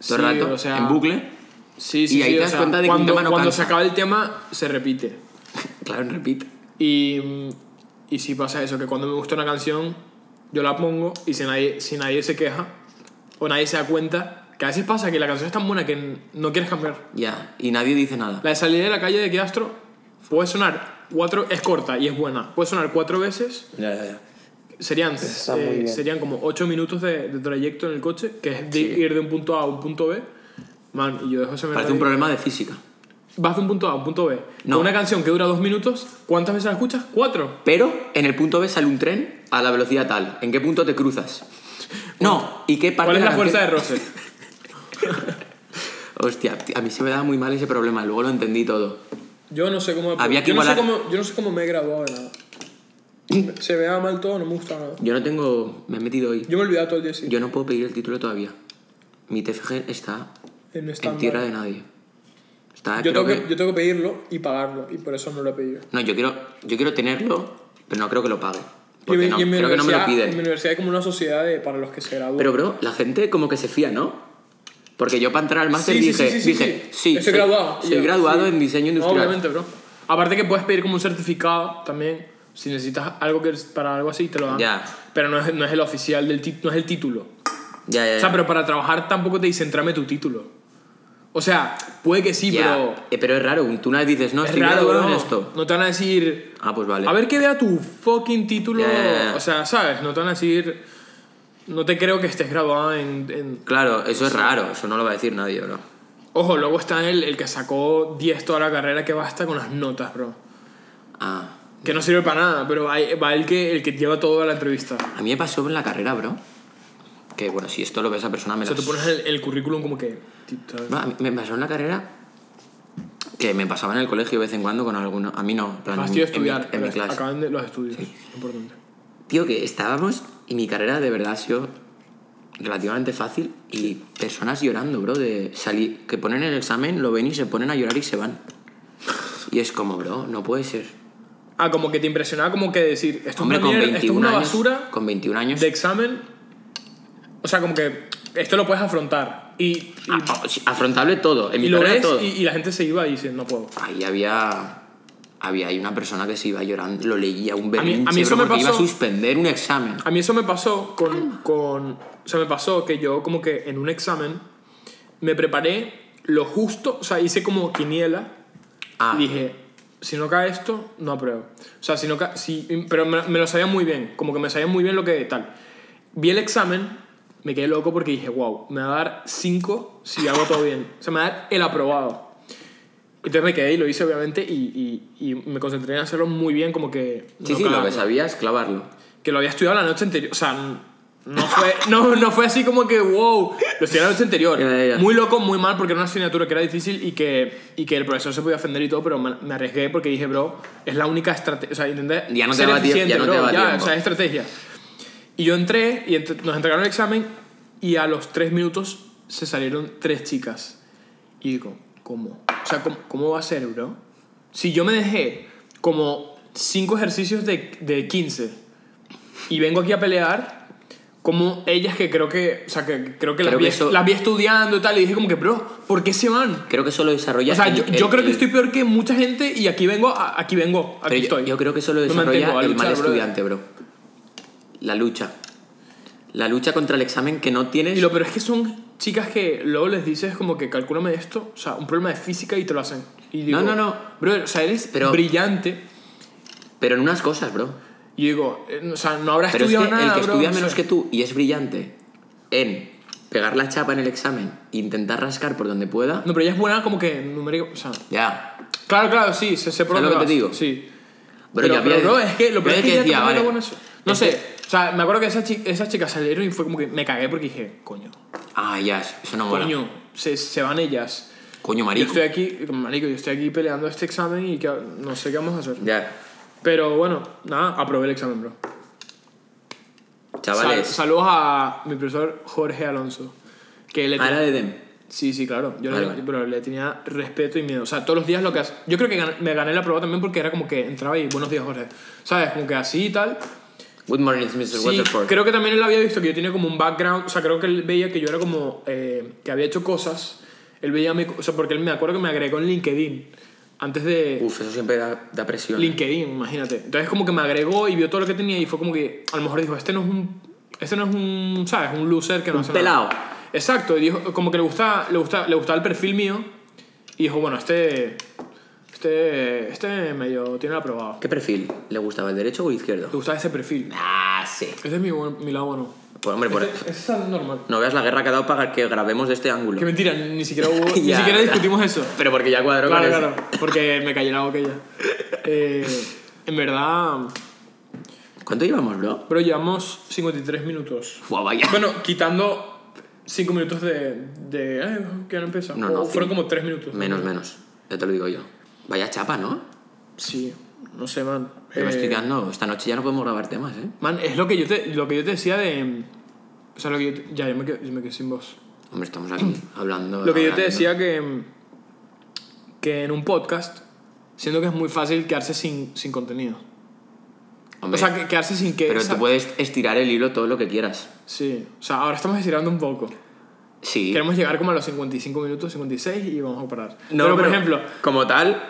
[SPEAKER 2] todo el
[SPEAKER 1] Sí,
[SPEAKER 2] rato
[SPEAKER 1] o sea,
[SPEAKER 2] en bucle.
[SPEAKER 1] Sí, sí,
[SPEAKER 2] Y ahí
[SPEAKER 1] sí,
[SPEAKER 2] te
[SPEAKER 1] o
[SPEAKER 2] das
[SPEAKER 1] sea,
[SPEAKER 2] cuenta de que un
[SPEAKER 1] cuando,
[SPEAKER 2] tema no
[SPEAKER 1] cuando
[SPEAKER 2] cansa.
[SPEAKER 1] se acaba el tema, se repite.
[SPEAKER 2] Claro, en repeat.
[SPEAKER 1] Y, mm, y sí pasa eso, que cuando me gusta una canción, yo la pongo y si nadie, si nadie se queja o nadie se da cuenta, que a veces pasa que la canción es tan buena que n- no quieres cambiar.
[SPEAKER 2] Ya, y nadie dice nada.
[SPEAKER 1] La de salir de la calle de Kiastro puede sonar cuatro, es corta y es buena, puede sonar cuatro veces,
[SPEAKER 2] Ya, ya, ya.
[SPEAKER 1] serían,
[SPEAKER 2] muy
[SPEAKER 1] eh,
[SPEAKER 2] bien.
[SPEAKER 1] serían como ocho minutos de, de trayecto en el coche, que es de ir de un punto A a un punto B. Man, y yo dejo ese
[SPEAKER 2] Parece un
[SPEAKER 1] melodía.
[SPEAKER 2] problema de física.
[SPEAKER 1] Vas de un punto A a un punto B.
[SPEAKER 2] No.
[SPEAKER 1] Con una canción que dura dos minutos, ¿cuántas veces la escuchas? Cuatro.
[SPEAKER 2] Pero en el punto B sale un tren a la velocidad tal. ¿En qué punto te cruzas? No, ¿y qué parte
[SPEAKER 1] ¿Cuál es
[SPEAKER 2] de
[SPEAKER 1] la fuerza
[SPEAKER 2] canción-
[SPEAKER 1] de Rose?
[SPEAKER 2] Hostia, tío, a mí se me daba muy mal ese problema, luego lo entendí todo.
[SPEAKER 1] Yo no sé cómo.
[SPEAKER 2] Había que
[SPEAKER 1] yo, no sé
[SPEAKER 2] igualar-
[SPEAKER 1] cómo yo no sé cómo me he graduado de nada. Se me da mal todo, no me gusta nada.
[SPEAKER 2] Yo no tengo. Me he metido hoy.
[SPEAKER 1] Yo me he olvidado todo el día así.
[SPEAKER 2] Yo no puedo pedir el título todavía. Mi TFG está
[SPEAKER 1] en
[SPEAKER 2] en
[SPEAKER 1] estándar.
[SPEAKER 2] tierra de nadie. Está,
[SPEAKER 1] yo,
[SPEAKER 2] creo
[SPEAKER 1] tengo que,
[SPEAKER 2] que-
[SPEAKER 1] yo tengo que pedirlo y pagarlo, y por eso no lo he pedido.
[SPEAKER 2] No, yo quiero, yo quiero tenerlo, pero no creo que lo pague.
[SPEAKER 1] Y en-
[SPEAKER 2] Porque no,
[SPEAKER 1] y en mi
[SPEAKER 2] creo que no me lo
[SPEAKER 1] universidad- En mi
[SPEAKER 2] piden.
[SPEAKER 1] universidad hay como una sociedad de- para los que se gradúan.
[SPEAKER 2] Pero, bro, la gente como que se fía, ¿no? Porque yo para entrar al máster
[SPEAKER 1] Sí, sí,
[SPEAKER 2] dije,
[SPEAKER 1] sí, sí,
[SPEAKER 2] dije,
[SPEAKER 1] sí.
[SPEAKER 2] sí,
[SPEAKER 1] Estoy
[SPEAKER 2] soy-
[SPEAKER 1] graduado.
[SPEAKER 2] Soy
[SPEAKER 1] Yo-
[SPEAKER 2] graduado
[SPEAKER 1] sí.
[SPEAKER 2] en diseño
[SPEAKER 1] No,
[SPEAKER 2] industrial.
[SPEAKER 1] obviamente, bro. Aparte que puedes pedir como un certificado también. Si necesitas algo que para algo así, te lo dan.
[SPEAKER 2] Ya.
[SPEAKER 1] Pero no es, no es el oficial, del tit- no es el título.
[SPEAKER 2] Ya, ya,
[SPEAKER 1] O
[SPEAKER 2] ya.
[SPEAKER 1] sea, pero para trabajar tampoco te dicen tráeme tu título. O sea, puede que sí,
[SPEAKER 2] Ya.
[SPEAKER 1] pero.
[SPEAKER 2] Eh, pero es raro, tú una vez dices, no,
[SPEAKER 1] Es
[SPEAKER 2] estoy
[SPEAKER 1] raro,
[SPEAKER 2] graduado
[SPEAKER 1] bro.
[SPEAKER 2] en esto.
[SPEAKER 1] No te van a decir.
[SPEAKER 2] Ah, pues vale.
[SPEAKER 1] A ver que vea tu fucking título.
[SPEAKER 2] Ya, ya, ya.
[SPEAKER 1] O sea, ¿sabes? No te van a decir. No te creo que estés graduado en. en-
[SPEAKER 2] Claro, eso es raro, eso no lo va a decir nadie, bro.
[SPEAKER 1] Ojo, luego está el, el que sacó 10 toda la carrera que basta con las notas, bro.
[SPEAKER 2] Ah.
[SPEAKER 1] Que no sirve para nada, pero va, va el, que, el que lleva toda la entrevista.
[SPEAKER 2] A mí me pasó en la carrera, bro. Que bueno, si esto lo ve esa persona, me
[SPEAKER 1] O sea,
[SPEAKER 2] lo.
[SPEAKER 1] tú pones el, el currículum como que.
[SPEAKER 2] No, a mí me pasó en la carrera que me pasaba en el colegio de vez en cuando con alguno. A mí no, en plan, en,
[SPEAKER 1] Fastidio
[SPEAKER 2] mi- en mi-
[SPEAKER 1] estudiar.
[SPEAKER 2] en mi,
[SPEAKER 1] pero
[SPEAKER 2] clase.
[SPEAKER 1] Acaban de los estudios. Importante.
[SPEAKER 2] Tío, que estábamos y mi carrera de verdad ha sido relativamente fácil y personas llorando, bro, de salir, que ponen el examen, lo ven y se ponen a llorar y se van. Y es como, bro, no puede ser.
[SPEAKER 1] Ah, como que te impresionaba, como que decir, esto
[SPEAKER 2] Hombre,
[SPEAKER 1] es una
[SPEAKER 2] con
[SPEAKER 1] mierda, esto es
[SPEAKER 2] 21
[SPEAKER 1] una
[SPEAKER 2] años.
[SPEAKER 1] basura
[SPEAKER 2] Con 21 años.
[SPEAKER 1] de examen. O sea, como que esto lo puedes afrontar. Y, y,
[SPEAKER 2] Ah, ah, afrontable todo, en
[SPEAKER 1] y
[SPEAKER 2] mi
[SPEAKER 1] lo
[SPEAKER 2] carrera
[SPEAKER 1] ves
[SPEAKER 2] todo.
[SPEAKER 1] y, y la gente se iba y dice, no puedo.
[SPEAKER 2] Ahí había. Había ahí una persona que se iba llorando, lo leía un
[SPEAKER 1] a mí
[SPEAKER 2] berrinche,
[SPEAKER 1] eso
[SPEAKER 2] bro,
[SPEAKER 1] me
[SPEAKER 2] porque iba a
[SPEAKER 1] pasó-
[SPEAKER 2] suspender un examen.
[SPEAKER 1] A mí eso me pasó con, con... O sea, me pasó que yo como que en un examen me preparé lo justo, o sea, hice como quiniela
[SPEAKER 2] Ah,
[SPEAKER 1] y dije, si no cae esto, no apruebo. O sea, si no cae... Si, pero me, me lo sabía muy bien, como que me sabía muy bien lo que tal. Vi el examen me quedé loco porque dije, wow, me va a dar 5 si hago todo bien. O sea, me va a dar el aprobado. Entonces me quedé y lo hice, obviamente, y, y- y me concentré en hacerlo muy bien, como que...
[SPEAKER 2] Sí,
[SPEAKER 1] no
[SPEAKER 2] sí, lo
[SPEAKER 1] cagarme.
[SPEAKER 2] que sabía es clavarlo.
[SPEAKER 1] Que lo había estudiado la noche anterior. O sea, no fue, no, no fue así como que, wow, lo estudié la noche anterior.
[SPEAKER 2] Ya, ya, ya.
[SPEAKER 1] Muy loco, muy mal, porque era una asignatura que era difícil y que, y que el profesor se podía ofender y todo, pero me, me arriesgué porque dije, bro, es la única estrategia. O sea, intenté
[SPEAKER 2] Ya no te
[SPEAKER 1] ser
[SPEAKER 2] daba tiempo,
[SPEAKER 1] eficiente,
[SPEAKER 2] ya no te
[SPEAKER 1] bro,
[SPEAKER 2] daba
[SPEAKER 1] ya,
[SPEAKER 2] tiempo.
[SPEAKER 1] o sea, es estrategia. Y yo entré y ent- nos entregaron el examen y a los tres minutos se salieron tres chicas. Y digo, ¿cómo? O sea, ¿cómo, cómo va a ser, bro? Si yo me dejé como cinco ejercicios de, de 15 y vengo aquí a pelear, como ellas que creo que, o sea, que creo que, las,
[SPEAKER 2] Creo
[SPEAKER 1] vi,
[SPEAKER 2] que eso-
[SPEAKER 1] las vi estudiando y tal, y dije como que, bro, ¿por qué se van?
[SPEAKER 2] Creo que eso lo desarrolla.
[SPEAKER 1] O sea,
[SPEAKER 2] el-
[SPEAKER 1] yo,
[SPEAKER 2] el-
[SPEAKER 1] yo creo que
[SPEAKER 2] el-
[SPEAKER 1] estoy peor que mucha gente y aquí vengo, a- aquí vengo, aquí
[SPEAKER 2] pero yo-
[SPEAKER 1] estoy.
[SPEAKER 2] Yo, creo que eso lo
[SPEAKER 1] Me
[SPEAKER 2] desarrolla
[SPEAKER 1] mantengo a
[SPEAKER 2] el
[SPEAKER 1] luchar,
[SPEAKER 2] mal
[SPEAKER 1] brother.
[SPEAKER 2] estudiante, bro. La lucha. La lucha contra el examen que no tienes.
[SPEAKER 1] Y lo peor es que son chicas que luego les dices como que calcúlame esto, o sea, un problema de física y te lo hacen. Y digo,
[SPEAKER 2] No, no, no.
[SPEAKER 1] Bro, o sea, eres
[SPEAKER 2] Pero-
[SPEAKER 1] brillante.
[SPEAKER 2] Pero en unas cosas, bro.
[SPEAKER 1] Y digo, eh, o sea, no habrá
[SPEAKER 2] Pero es que
[SPEAKER 1] estudiado nada,
[SPEAKER 2] el que
[SPEAKER 1] bro,
[SPEAKER 2] estudia
[SPEAKER 1] o sea,
[SPEAKER 2] menos que tú y es brillante en pegar la chapa en el examen e intentar rascar por donde pueda.
[SPEAKER 1] No, pero ella es buena como que numérico, o sea...
[SPEAKER 2] Ya.
[SPEAKER 1] Claro, claro, sí, se, se
[SPEAKER 2] ¿Sabes lo que te digo?
[SPEAKER 1] Sí.
[SPEAKER 2] Pero, ya había-
[SPEAKER 1] bro, es que lo
[SPEAKER 2] yo
[SPEAKER 1] peor
[SPEAKER 2] de
[SPEAKER 1] es que, ella también
[SPEAKER 2] decía,
[SPEAKER 1] era
[SPEAKER 2] vale,
[SPEAKER 1] buena en eso. No
[SPEAKER 2] es
[SPEAKER 1] sé,
[SPEAKER 2] que-
[SPEAKER 1] o sea, me acuerdo que esas, chi- esas chicas salieron y fue como que me cagué porque dije, coño,
[SPEAKER 2] Ah, ya, eso no mola. Coño,
[SPEAKER 1] coño, se, se van ellas.
[SPEAKER 2] marico.
[SPEAKER 1] Yo estoy aquí, marico, yo estoy aquí peleando este examen y que, no sé qué vamos a hacer.
[SPEAKER 2] Ya.
[SPEAKER 1] Pero bueno, nada, aprobé el examen, bro.
[SPEAKER 2] Chavales.
[SPEAKER 1] Sal- saludos a mi profesor Jorge Alonso. Que le
[SPEAKER 2] Ahora de Dem.
[SPEAKER 1] Sí, sí, claro. Yo
[SPEAKER 2] Vale,
[SPEAKER 1] le,
[SPEAKER 2] vale.
[SPEAKER 1] pero le tenía respeto y miedo. O sea, todos los días lo que hace. Yo creo que gan- me gané la prueba también porque era como que entraba y buenos días, Jorge. ¿Sabes? Como que así y tal.
[SPEAKER 2] Good morning, Mr.
[SPEAKER 1] Sí,
[SPEAKER 2] Waterford.
[SPEAKER 1] creo que también él había visto que yo tenía como un background. O sea, creo que él veía que yo era como. eh, que había hecho cosas. Él veía mi. O sea, porque él me acuerdo que me agregó en LinkedIn. Antes de.
[SPEAKER 2] Uf, eso siempre da, da presión.
[SPEAKER 1] LinkedIn, imagínate. Entonces como que me agregó y vio todo lo que tenía y fue como que a lo mejor dijo, este no es un este no es un, ¿sabes? Un loser que no hace
[SPEAKER 2] pelao.
[SPEAKER 1] nada. Exacto, y dijo como que le gusta le gusta le gustaba el perfil mío y dijo, bueno, este este este medio tiene aprobado.
[SPEAKER 2] ¿Qué perfil? ¿Le gustaba el derecho o el izquierdo?
[SPEAKER 1] Le gustaba ese perfil.
[SPEAKER 2] Ah, sí.
[SPEAKER 1] Ese es mi, buen- mi lado bueno.
[SPEAKER 2] Pues, hombre, por...
[SPEAKER 1] Ese es tan normal.
[SPEAKER 2] no veas la guerra que ha dado para que grabemos de este ángulo.
[SPEAKER 1] Qué mentira, ni siquiera hubo, ni
[SPEAKER 2] Ya,
[SPEAKER 1] siquiera
[SPEAKER 2] ya.
[SPEAKER 1] discutimos eso.
[SPEAKER 2] Pero porque ya cuadró
[SPEAKER 1] Claro,
[SPEAKER 2] con
[SPEAKER 1] claro,
[SPEAKER 2] eso.
[SPEAKER 1] porque me cayó la boca ya. Eh, en verdad,
[SPEAKER 2] ¿Cuánto llevamos, bro?
[SPEAKER 1] pero llevamos 53 minutos.
[SPEAKER 2] Fua, vaya.
[SPEAKER 1] Bueno, quitando 5 minutos de. de "Ay, que no empieza.
[SPEAKER 2] No, no,
[SPEAKER 1] O fueron
[SPEAKER 2] cinco.
[SPEAKER 1] como 3 minutos.
[SPEAKER 2] Menos, menos. Ya te lo digo yo. Vaya chapa, ¿no?
[SPEAKER 1] Sí, no sé, man.
[SPEAKER 2] Yo me
[SPEAKER 1] Eh,
[SPEAKER 2] estoy quedando. Esta noche ya no podemos grabar temas, ¿eh?
[SPEAKER 1] Man, es lo que, yo te, lo que yo te decía de. O sea, lo que yo. te- ya, yo me, quedé, yo me quedé sin voz.
[SPEAKER 2] Hombre, estamos aquí hablando.
[SPEAKER 1] Lo que yo te
[SPEAKER 2] hablando.
[SPEAKER 1] decía que. que en un podcast. Siento que es muy fácil quedarse sin, sin contenido.
[SPEAKER 2] Hombre,
[SPEAKER 1] o sea, que- quedarse sin que.
[SPEAKER 2] pero
[SPEAKER 1] esa-
[SPEAKER 2] tú puedes estirar el hilo todo lo que quieras.
[SPEAKER 1] Sí, o sea, ahora estamos estirando un poco.
[SPEAKER 2] Sí.
[SPEAKER 1] Queremos llegar como a los 55 minutos, 56 y vamos a parar.
[SPEAKER 2] No,
[SPEAKER 1] pero, por ejemplo.
[SPEAKER 2] Como tal,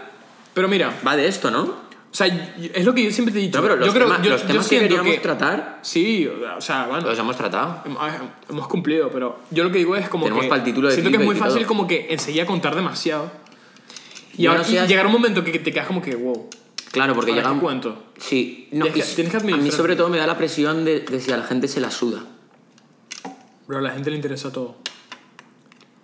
[SPEAKER 1] Pero mira,
[SPEAKER 2] va de esto, ¿no?
[SPEAKER 1] O sea, y- es lo que yo siempre te he dicho.
[SPEAKER 2] No, pero los
[SPEAKER 1] yo creo,
[SPEAKER 2] temas,
[SPEAKER 1] yo,
[SPEAKER 2] los
[SPEAKER 1] yo
[SPEAKER 2] temas que
[SPEAKER 1] siento
[SPEAKER 2] queríamos tratar
[SPEAKER 1] Sí, o sea, bueno,
[SPEAKER 2] los hemos tratado.
[SPEAKER 1] hem- ah, hemos cumplido, pero yo lo que digo es como
[SPEAKER 2] Tenemos
[SPEAKER 1] que...
[SPEAKER 2] pa'l título de
[SPEAKER 1] Siento que es
[SPEAKER 2] clickbait
[SPEAKER 1] muy
[SPEAKER 2] y
[SPEAKER 1] fácil
[SPEAKER 2] todo.
[SPEAKER 1] como que enseguida contar demasiado. Y,
[SPEAKER 2] Bueno,
[SPEAKER 1] ahora, y
[SPEAKER 2] seas-
[SPEAKER 1] llegar un momento que te quedas como que, wow,
[SPEAKER 2] Claro, porque
[SPEAKER 1] Ahora,
[SPEAKER 2] llega
[SPEAKER 1] ¿qué
[SPEAKER 2] un-
[SPEAKER 1] cuento?
[SPEAKER 2] Sí. No,
[SPEAKER 1] Tienes
[SPEAKER 2] y-
[SPEAKER 1] que- tienes que
[SPEAKER 2] a mí
[SPEAKER 1] administrar.
[SPEAKER 2] sobre todo me da la presión de, de si a la gente se la suda.
[SPEAKER 1] bro, a la gente le interesa todo.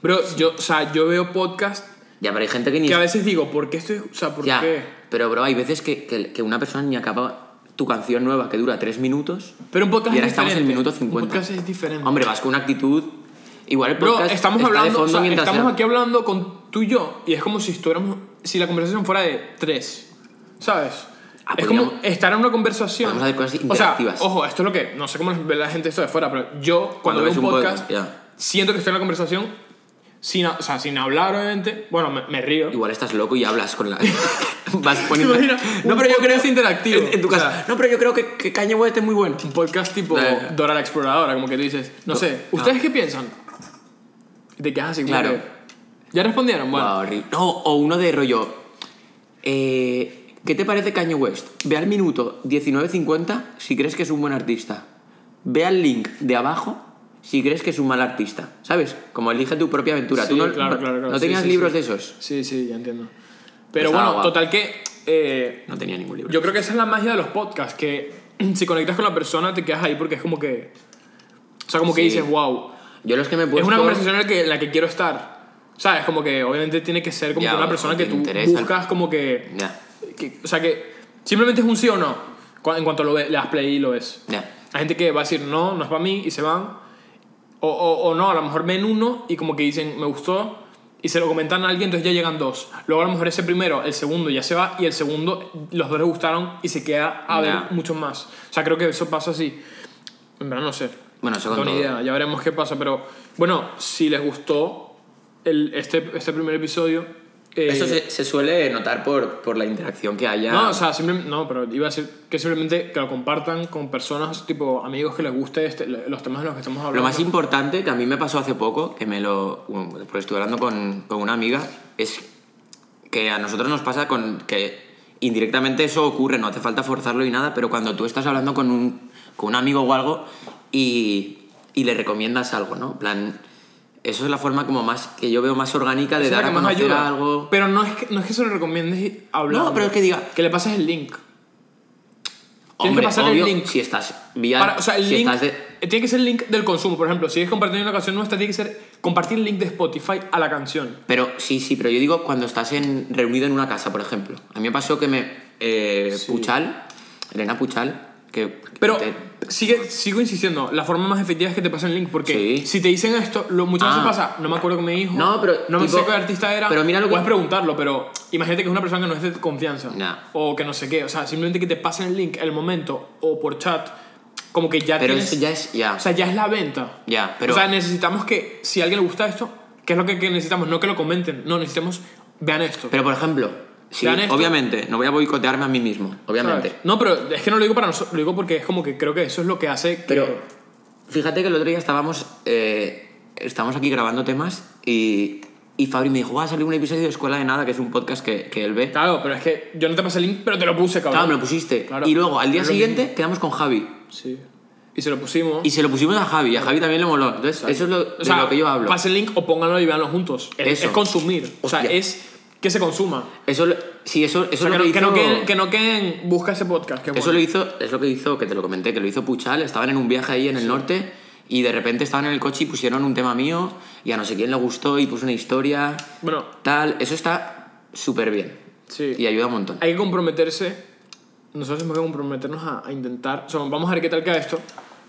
[SPEAKER 1] Bro, yo, o sea, yo veo podcast
[SPEAKER 2] Ya, pero hay gente que ni...
[SPEAKER 1] que a veces digo, ¿por qué estoy...? O sea, ¿por
[SPEAKER 2] ya,
[SPEAKER 1] qué?
[SPEAKER 2] pero bro, hay veces que, que- que una persona ni acaba tu canción nueva que dura tres minutos.
[SPEAKER 1] Pero un podcast
[SPEAKER 2] Y ahora
[SPEAKER 1] es
[SPEAKER 2] estamos en el
[SPEAKER 1] diferente.
[SPEAKER 2] minuto
[SPEAKER 1] Un
[SPEAKER 2] 50.
[SPEAKER 1] podcast es diferente.
[SPEAKER 2] Hombre, vas con una actitud... Igual el
[SPEAKER 1] Bro,
[SPEAKER 2] podcast
[SPEAKER 1] estamos
[SPEAKER 2] está de
[SPEAKER 1] hablando, o
[SPEAKER 2] fondo
[SPEAKER 1] sea,
[SPEAKER 2] mientras
[SPEAKER 1] estamos
[SPEAKER 2] sea-
[SPEAKER 1] aquí hablando con tú y yo y es como si estuviéramos, si la conversación fuera de tres, ¿sabes?
[SPEAKER 2] Ah,
[SPEAKER 1] es como
[SPEAKER 2] podríamos-
[SPEAKER 1] estar en una conversación.
[SPEAKER 2] Podemos hacer cosas
[SPEAKER 1] o sea,
[SPEAKER 2] interactivas.
[SPEAKER 1] ojo, esto es lo que no sé cómo ve la gente esto de fuera, pero yo
[SPEAKER 2] Cuando
[SPEAKER 1] cuando, veo
[SPEAKER 2] ves
[SPEAKER 1] un
[SPEAKER 2] un
[SPEAKER 1] podcast,
[SPEAKER 2] podcast, ya.
[SPEAKER 1] siento que estoy en la conversación sin, o sea, sin hablar obviamente. Bueno, me, me río.
[SPEAKER 2] Igual estás loco y hablas con la... vas
[SPEAKER 1] ¿Te
[SPEAKER 2] poniendo...
[SPEAKER 1] imaginas?
[SPEAKER 2] No,
[SPEAKER 1] Un
[SPEAKER 2] pero yo creo...
[SPEAKER 1] podcast interactivo.
[SPEAKER 2] En, en tu
[SPEAKER 1] O sea,
[SPEAKER 2] casa. no, pero yo creo que, que Kanye West es muy bueno.
[SPEAKER 1] un podcast tipo
[SPEAKER 2] Ya, ya.
[SPEAKER 1] Dora la exploradora, como que tú dices, no,
[SPEAKER 2] No,
[SPEAKER 1] sé,
[SPEAKER 2] no.
[SPEAKER 1] ¿ustedes qué piensan? Y te quedas así como
[SPEAKER 2] Claro.
[SPEAKER 1] que- ¿Ya respondieron? Bueno,
[SPEAKER 2] Guau, horrible. No, o uno de rollo. eh, ¿Qué te parece Kanye West? Ve al minuto 19.50 si crees que es un buen artista. Ve al link de abajo si crees que es un mal artista. ¿Sabes? Como elige tu propia aventura.
[SPEAKER 1] Sí,
[SPEAKER 2] Tú no,
[SPEAKER 1] claro, claro, claro.
[SPEAKER 2] ¿no
[SPEAKER 1] Sí,
[SPEAKER 2] tenías
[SPEAKER 1] sí,
[SPEAKER 2] libros
[SPEAKER 1] sí.
[SPEAKER 2] de esos?
[SPEAKER 1] Sí, sí, ya entiendo. Pero
[SPEAKER 2] Estaba
[SPEAKER 1] bueno,
[SPEAKER 2] guapo.
[SPEAKER 1] total que. eh,
[SPEAKER 2] No tenía ningún libro.
[SPEAKER 1] yo creo que esa es la magia de los podcasts, que si conectas con la persona te quedas ahí porque es como que. O sea, como que
[SPEAKER 2] Sí.
[SPEAKER 1] dices, wow,
[SPEAKER 2] Yo los que me he puesto...
[SPEAKER 1] es una conversación en la que, en la que quiero estar. ¿Sabes? Como que obviamente tiene que ser como
[SPEAKER 2] Ya,
[SPEAKER 1] que una
[SPEAKER 2] o
[SPEAKER 1] persona que
[SPEAKER 2] que te
[SPEAKER 1] tú
[SPEAKER 2] interesa.
[SPEAKER 1] buscas como que,
[SPEAKER 2] Ya,
[SPEAKER 1] que- O sea, que simplemente es un sí o no. Cu- En cuanto lo ve- le das play y lo ves.
[SPEAKER 2] ya.
[SPEAKER 1] Hay gente que va a decir no, no es para mí y se van. O, o- o no, a lo mejor ven uno y como que dicen me gustó y se lo comentan a alguien, entonces ya llegan dos. Luego a lo mejor ese primero, el segundo ya se va y el segundo los dos le gustaron y se queda a ver
[SPEAKER 2] Ya.
[SPEAKER 1] muchos más. O sea, creo que eso pasa así. En verdad no sé.
[SPEAKER 2] Bueno, eso
[SPEAKER 1] No
[SPEAKER 2] con
[SPEAKER 1] tengo ni
[SPEAKER 2] todo.
[SPEAKER 1] idea, ya veremos qué pasa, pero bueno, si les gustó el, este, este primer episodio... eh,
[SPEAKER 2] Eso se, se suele notar por, por la interacción que haya.
[SPEAKER 1] no, o sea, simple- no, pero iba a decir que simplemente que lo compartan con personas, tipo amigos que les guste este- los temas de los que estamos hablando.
[SPEAKER 2] Lo más importante que a mí me pasó hace poco, que me lo. bueno, porque estuve hablando con, con una amiga, es que a nosotros nos pasa con que indirectamente eso ocurre, no hace falta forzarlo y nada, pero cuando tú estás hablando con un, con un amigo o algo y, y le recomiendas algo, ¿no? En plan, eso es la forma como más que yo veo más orgánica de
[SPEAKER 1] Esa es
[SPEAKER 2] dar
[SPEAKER 1] la
[SPEAKER 2] a
[SPEAKER 1] que más
[SPEAKER 2] conocer
[SPEAKER 1] ayuda.
[SPEAKER 2] algo.
[SPEAKER 1] Pero no es que, no es que se lo recomiendes hablar.
[SPEAKER 2] No, pero es que diga-
[SPEAKER 1] Que le pases el link. que
[SPEAKER 2] Hombre,
[SPEAKER 1] pasar el
[SPEAKER 2] obvio,
[SPEAKER 1] link.
[SPEAKER 2] si estás vía-
[SPEAKER 1] Para- o sea, el
[SPEAKER 2] si
[SPEAKER 1] link.
[SPEAKER 2] estás de-
[SPEAKER 1] Tiene que ser el link del consumo. Por ejemplo, si es compartir una canción nuestra, tiene que ser compartir el link de Spotify a la canción.
[SPEAKER 2] Pero sí, sí, pero yo digo cuando estás en, reunido en una casa, por ejemplo. A mí me pasó que me. eh, Puchal, Elena Puchal, que.
[SPEAKER 1] Pero
[SPEAKER 2] que te-
[SPEAKER 1] sigue, sigo insistiendo, la forma más efectiva es que te pasen el link. Porque
[SPEAKER 2] Sí.
[SPEAKER 1] si te dicen esto, lo, muchas veces
[SPEAKER 2] Ah.
[SPEAKER 1] pasa, no me acuerdo qué me dijo.
[SPEAKER 2] No, pero
[SPEAKER 1] No me
[SPEAKER 2] tipo-
[SPEAKER 1] sé qué artista era.
[SPEAKER 2] pero mira lo que-
[SPEAKER 1] Puedes preguntarlo, pero imagínate que es una persona que no es de tu confianza.
[SPEAKER 2] Nah.
[SPEAKER 1] O que no sé qué. O sea, simplemente que te pasen el link el momento o por chat. Como que ya
[SPEAKER 2] pero
[SPEAKER 1] tienes.
[SPEAKER 2] eso ya es. Ya.
[SPEAKER 1] O sea, ya es la venta.
[SPEAKER 2] ya, pero.
[SPEAKER 1] o sea, necesitamos que, si a alguien le gusta esto, ¿qué es lo que, que necesitamos? No que lo comenten, no, necesitamos, vean esto.
[SPEAKER 2] pero por ejemplo, sí,
[SPEAKER 1] Vean esto.
[SPEAKER 2] obviamente, no voy a boicotearme a mí mismo,
[SPEAKER 1] ¿sabes?
[SPEAKER 2] obviamente.
[SPEAKER 1] No, pero es que no lo digo para nosotros, lo digo porque es como que creo que eso es lo que hace que...
[SPEAKER 2] Pero fíjate que el otro día estábamos, eh, estábamos aquí grabando temas y, y Fabri me dijo, va a salir un episodio de Escuela de Nada, que es un podcast que, que él ve.
[SPEAKER 1] Claro, pero es que yo no te pasé el link, pero te lo puse, cabrón.
[SPEAKER 2] Claro, me lo pusiste.
[SPEAKER 1] Claro.
[SPEAKER 2] Y luego, al día
[SPEAKER 1] Es lo
[SPEAKER 2] siguiente, quedamos con Javi.
[SPEAKER 1] Sí. Y se lo pusimos.
[SPEAKER 2] Y se lo pusimos a Javi, y a Javi también le moló. Entonces, eso es lo, de lo que yo hablo.
[SPEAKER 1] Pase el link o pónganlo y veanlo juntos. Es,
[SPEAKER 2] Eso.
[SPEAKER 1] es consumir. O sea,
[SPEAKER 2] Hostia.
[SPEAKER 1] es que se consuma.
[SPEAKER 2] Eso, lo- sí, eso, eso
[SPEAKER 1] O sea,
[SPEAKER 2] es
[SPEAKER 1] que, no,
[SPEAKER 2] lo que,
[SPEAKER 1] que no
[SPEAKER 2] hizo,
[SPEAKER 1] queden, que no queden- busca ese podcast. Que es
[SPEAKER 2] Eso
[SPEAKER 1] bueno.
[SPEAKER 2] lo hizo, es lo que hizo, que te lo comenté, que lo hizo Puchal, estaban en un viaje ahí en el norte y de repente estaban en el coche y pusieron un tema mío y a no sé quién le gustó y puso una historia,
[SPEAKER 1] Bueno,
[SPEAKER 2] tal, eso está súper bien
[SPEAKER 1] sí. Eh,
[SPEAKER 2] y ayuda un montón.
[SPEAKER 1] hay que comprometerse. Nosotros hemos que comprometernos a, a intentar. O sea, vamos a ver qué tal queda esto.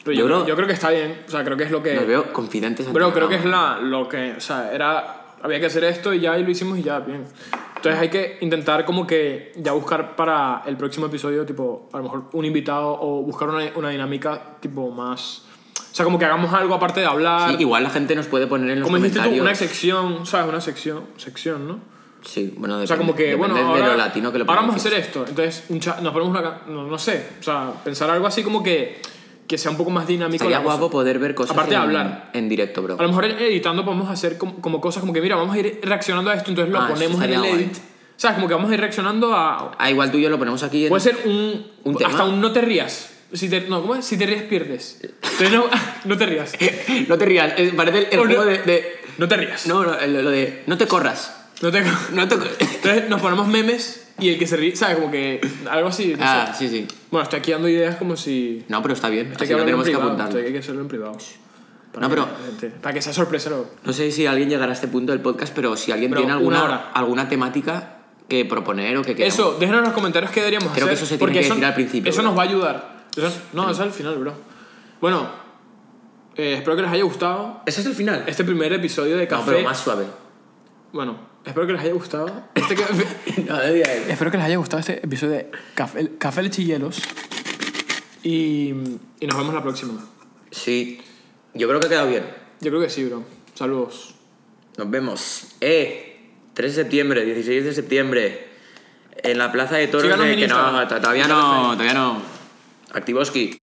[SPEAKER 1] Pero yo, creo,
[SPEAKER 2] Yo creo-
[SPEAKER 1] yo creo que está bien. O sea, creo que es lo que.
[SPEAKER 2] Nos veo confidentes. ante
[SPEAKER 1] Bro,
[SPEAKER 2] la
[SPEAKER 1] creo que es
[SPEAKER 2] cámara.
[SPEAKER 1] la, lo que. O sea, era. Había que hacer esto y ya y lo hicimos y ya, bien. Entonces hay que intentar como que ya buscar para el próximo episodio, tipo, a lo mejor un invitado o buscar una, una dinámica tipo más. O sea, como que hagamos algo aparte de hablar.
[SPEAKER 2] Sí, igual la gente nos puede poner en los
[SPEAKER 1] como dijiste
[SPEAKER 2] comentarios.
[SPEAKER 1] tú, una sección, ¿sabes? Una sección, sección, ¿no?
[SPEAKER 2] Sí, bueno,
[SPEAKER 1] O sea, como que, bueno, ahora,
[SPEAKER 2] de lo latino que lo
[SPEAKER 1] ahora vamos a
[SPEAKER 2] pronuncies.
[SPEAKER 1] hacer esto. Entonces, un cha- nos ponemos una... ca- No, no sé, o sea, pensar algo así como que, que sea un poco más dinámico.
[SPEAKER 2] Estaría
[SPEAKER 1] la cosa.
[SPEAKER 2] guapo poder ver cosas
[SPEAKER 1] Aparte de
[SPEAKER 2] en,
[SPEAKER 1] hablar.
[SPEAKER 2] en directo, bro.
[SPEAKER 1] A lo mejor editando podemos hacer como, como cosas como que, mira, vamos a ir reaccionando a esto, entonces lo
[SPEAKER 2] Ah, eso
[SPEAKER 1] ponemos en el
[SPEAKER 2] estaría guay.
[SPEAKER 1] edit. O sea, como que vamos a ir reaccionando a...
[SPEAKER 2] Ah, igual tú y yo lo ponemos aquí en...
[SPEAKER 1] Puede ser un...
[SPEAKER 2] ¿Un tema?
[SPEAKER 1] hasta un no te rías. Si te, no, ¿cómo es? Si te rías, pierdes. Entonces, no, no te rías.
[SPEAKER 2] No te rías, eh, parece el, el
[SPEAKER 1] Oh, no.
[SPEAKER 2] juego de, de-
[SPEAKER 1] No te rías.
[SPEAKER 2] No, no, el- lo de... No te corras.
[SPEAKER 1] No te-
[SPEAKER 2] No te...
[SPEAKER 1] Entonces nos ponemos memes y el que se ríe, ¿sabes? Como que algo así. no
[SPEAKER 2] ah,
[SPEAKER 1] sé.
[SPEAKER 2] sí, sí.
[SPEAKER 1] Bueno, estoy aquí dando ideas como si...
[SPEAKER 2] No, pero está bien.
[SPEAKER 1] Esto hay
[SPEAKER 2] Así
[SPEAKER 1] que
[SPEAKER 2] no
[SPEAKER 1] hablarlo en
[SPEAKER 2] tenemos que
[SPEAKER 1] privado,
[SPEAKER 2] apuntarlo.
[SPEAKER 1] esto hay que hacerlo en privado.
[SPEAKER 2] No, pero-
[SPEAKER 1] que la gente- para que sea sorpresa luego.
[SPEAKER 2] No sé si alguien llegará a este punto del podcast, pero si alguien
[SPEAKER 1] Bro,
[SPEAKER 2] tiene
[SPEAKER 1] una hora.
[SPEAKER 2] alguna, alguna temática que proponer o que queramos.
[SPEAKER 1] Eso, déjenos en los comentarios qué deberíamos
[SPEAKER 2] Creo que
[SPEAKER 1] hacer.
[SPEAKER 2] eso se tiene
[SPEAKER 1] porque
[SPEAKER 2] que
[SPEAKER 1] eso,
[SPEAKER 2] decir al principio,
[SPEAKER 1] Eso
[SPEAKER 2] bro.
[SPEAKER 1] nos va a ayudar. Eso- no, eso es al final, bro. Bueno, eh, espero que les haya gustado
[SPEAKER 2] ¿Eso es el final?
[SPEAKER 1] este primer episodio de
[SPEAKER 2] No,
[SPEAKER 1] Café.
[SPEAKER 2] pero más suave.
[SPEAKER 1] Bueno, espero que les haya gustado. Este café-
[SPEAKER 2] no, de día de-
[SPEAKER 1] espero que les haya gustado este episodio de Café, café Leche y Hielos. Y, y nos vemos la próxima.
[SPEAKER 2] Sí. Yo creo que ha quedado bien.
[SPEAKER 1] Yo creo que sí, bro. Saludos.
[SPEAKER 2] Nos vemos. Eh, 3 de septiembre, 16 de septiembre. En la Plaza de Toros
[SPEAKER 1] Síganos
[SPEAKER 2] de...
[SPEAKER 1] en
[SPEAKER 2] Que no,
[SPEAKER 1] Instagram.
[SPEAKER 2] todavía no, todavía no. Activoski.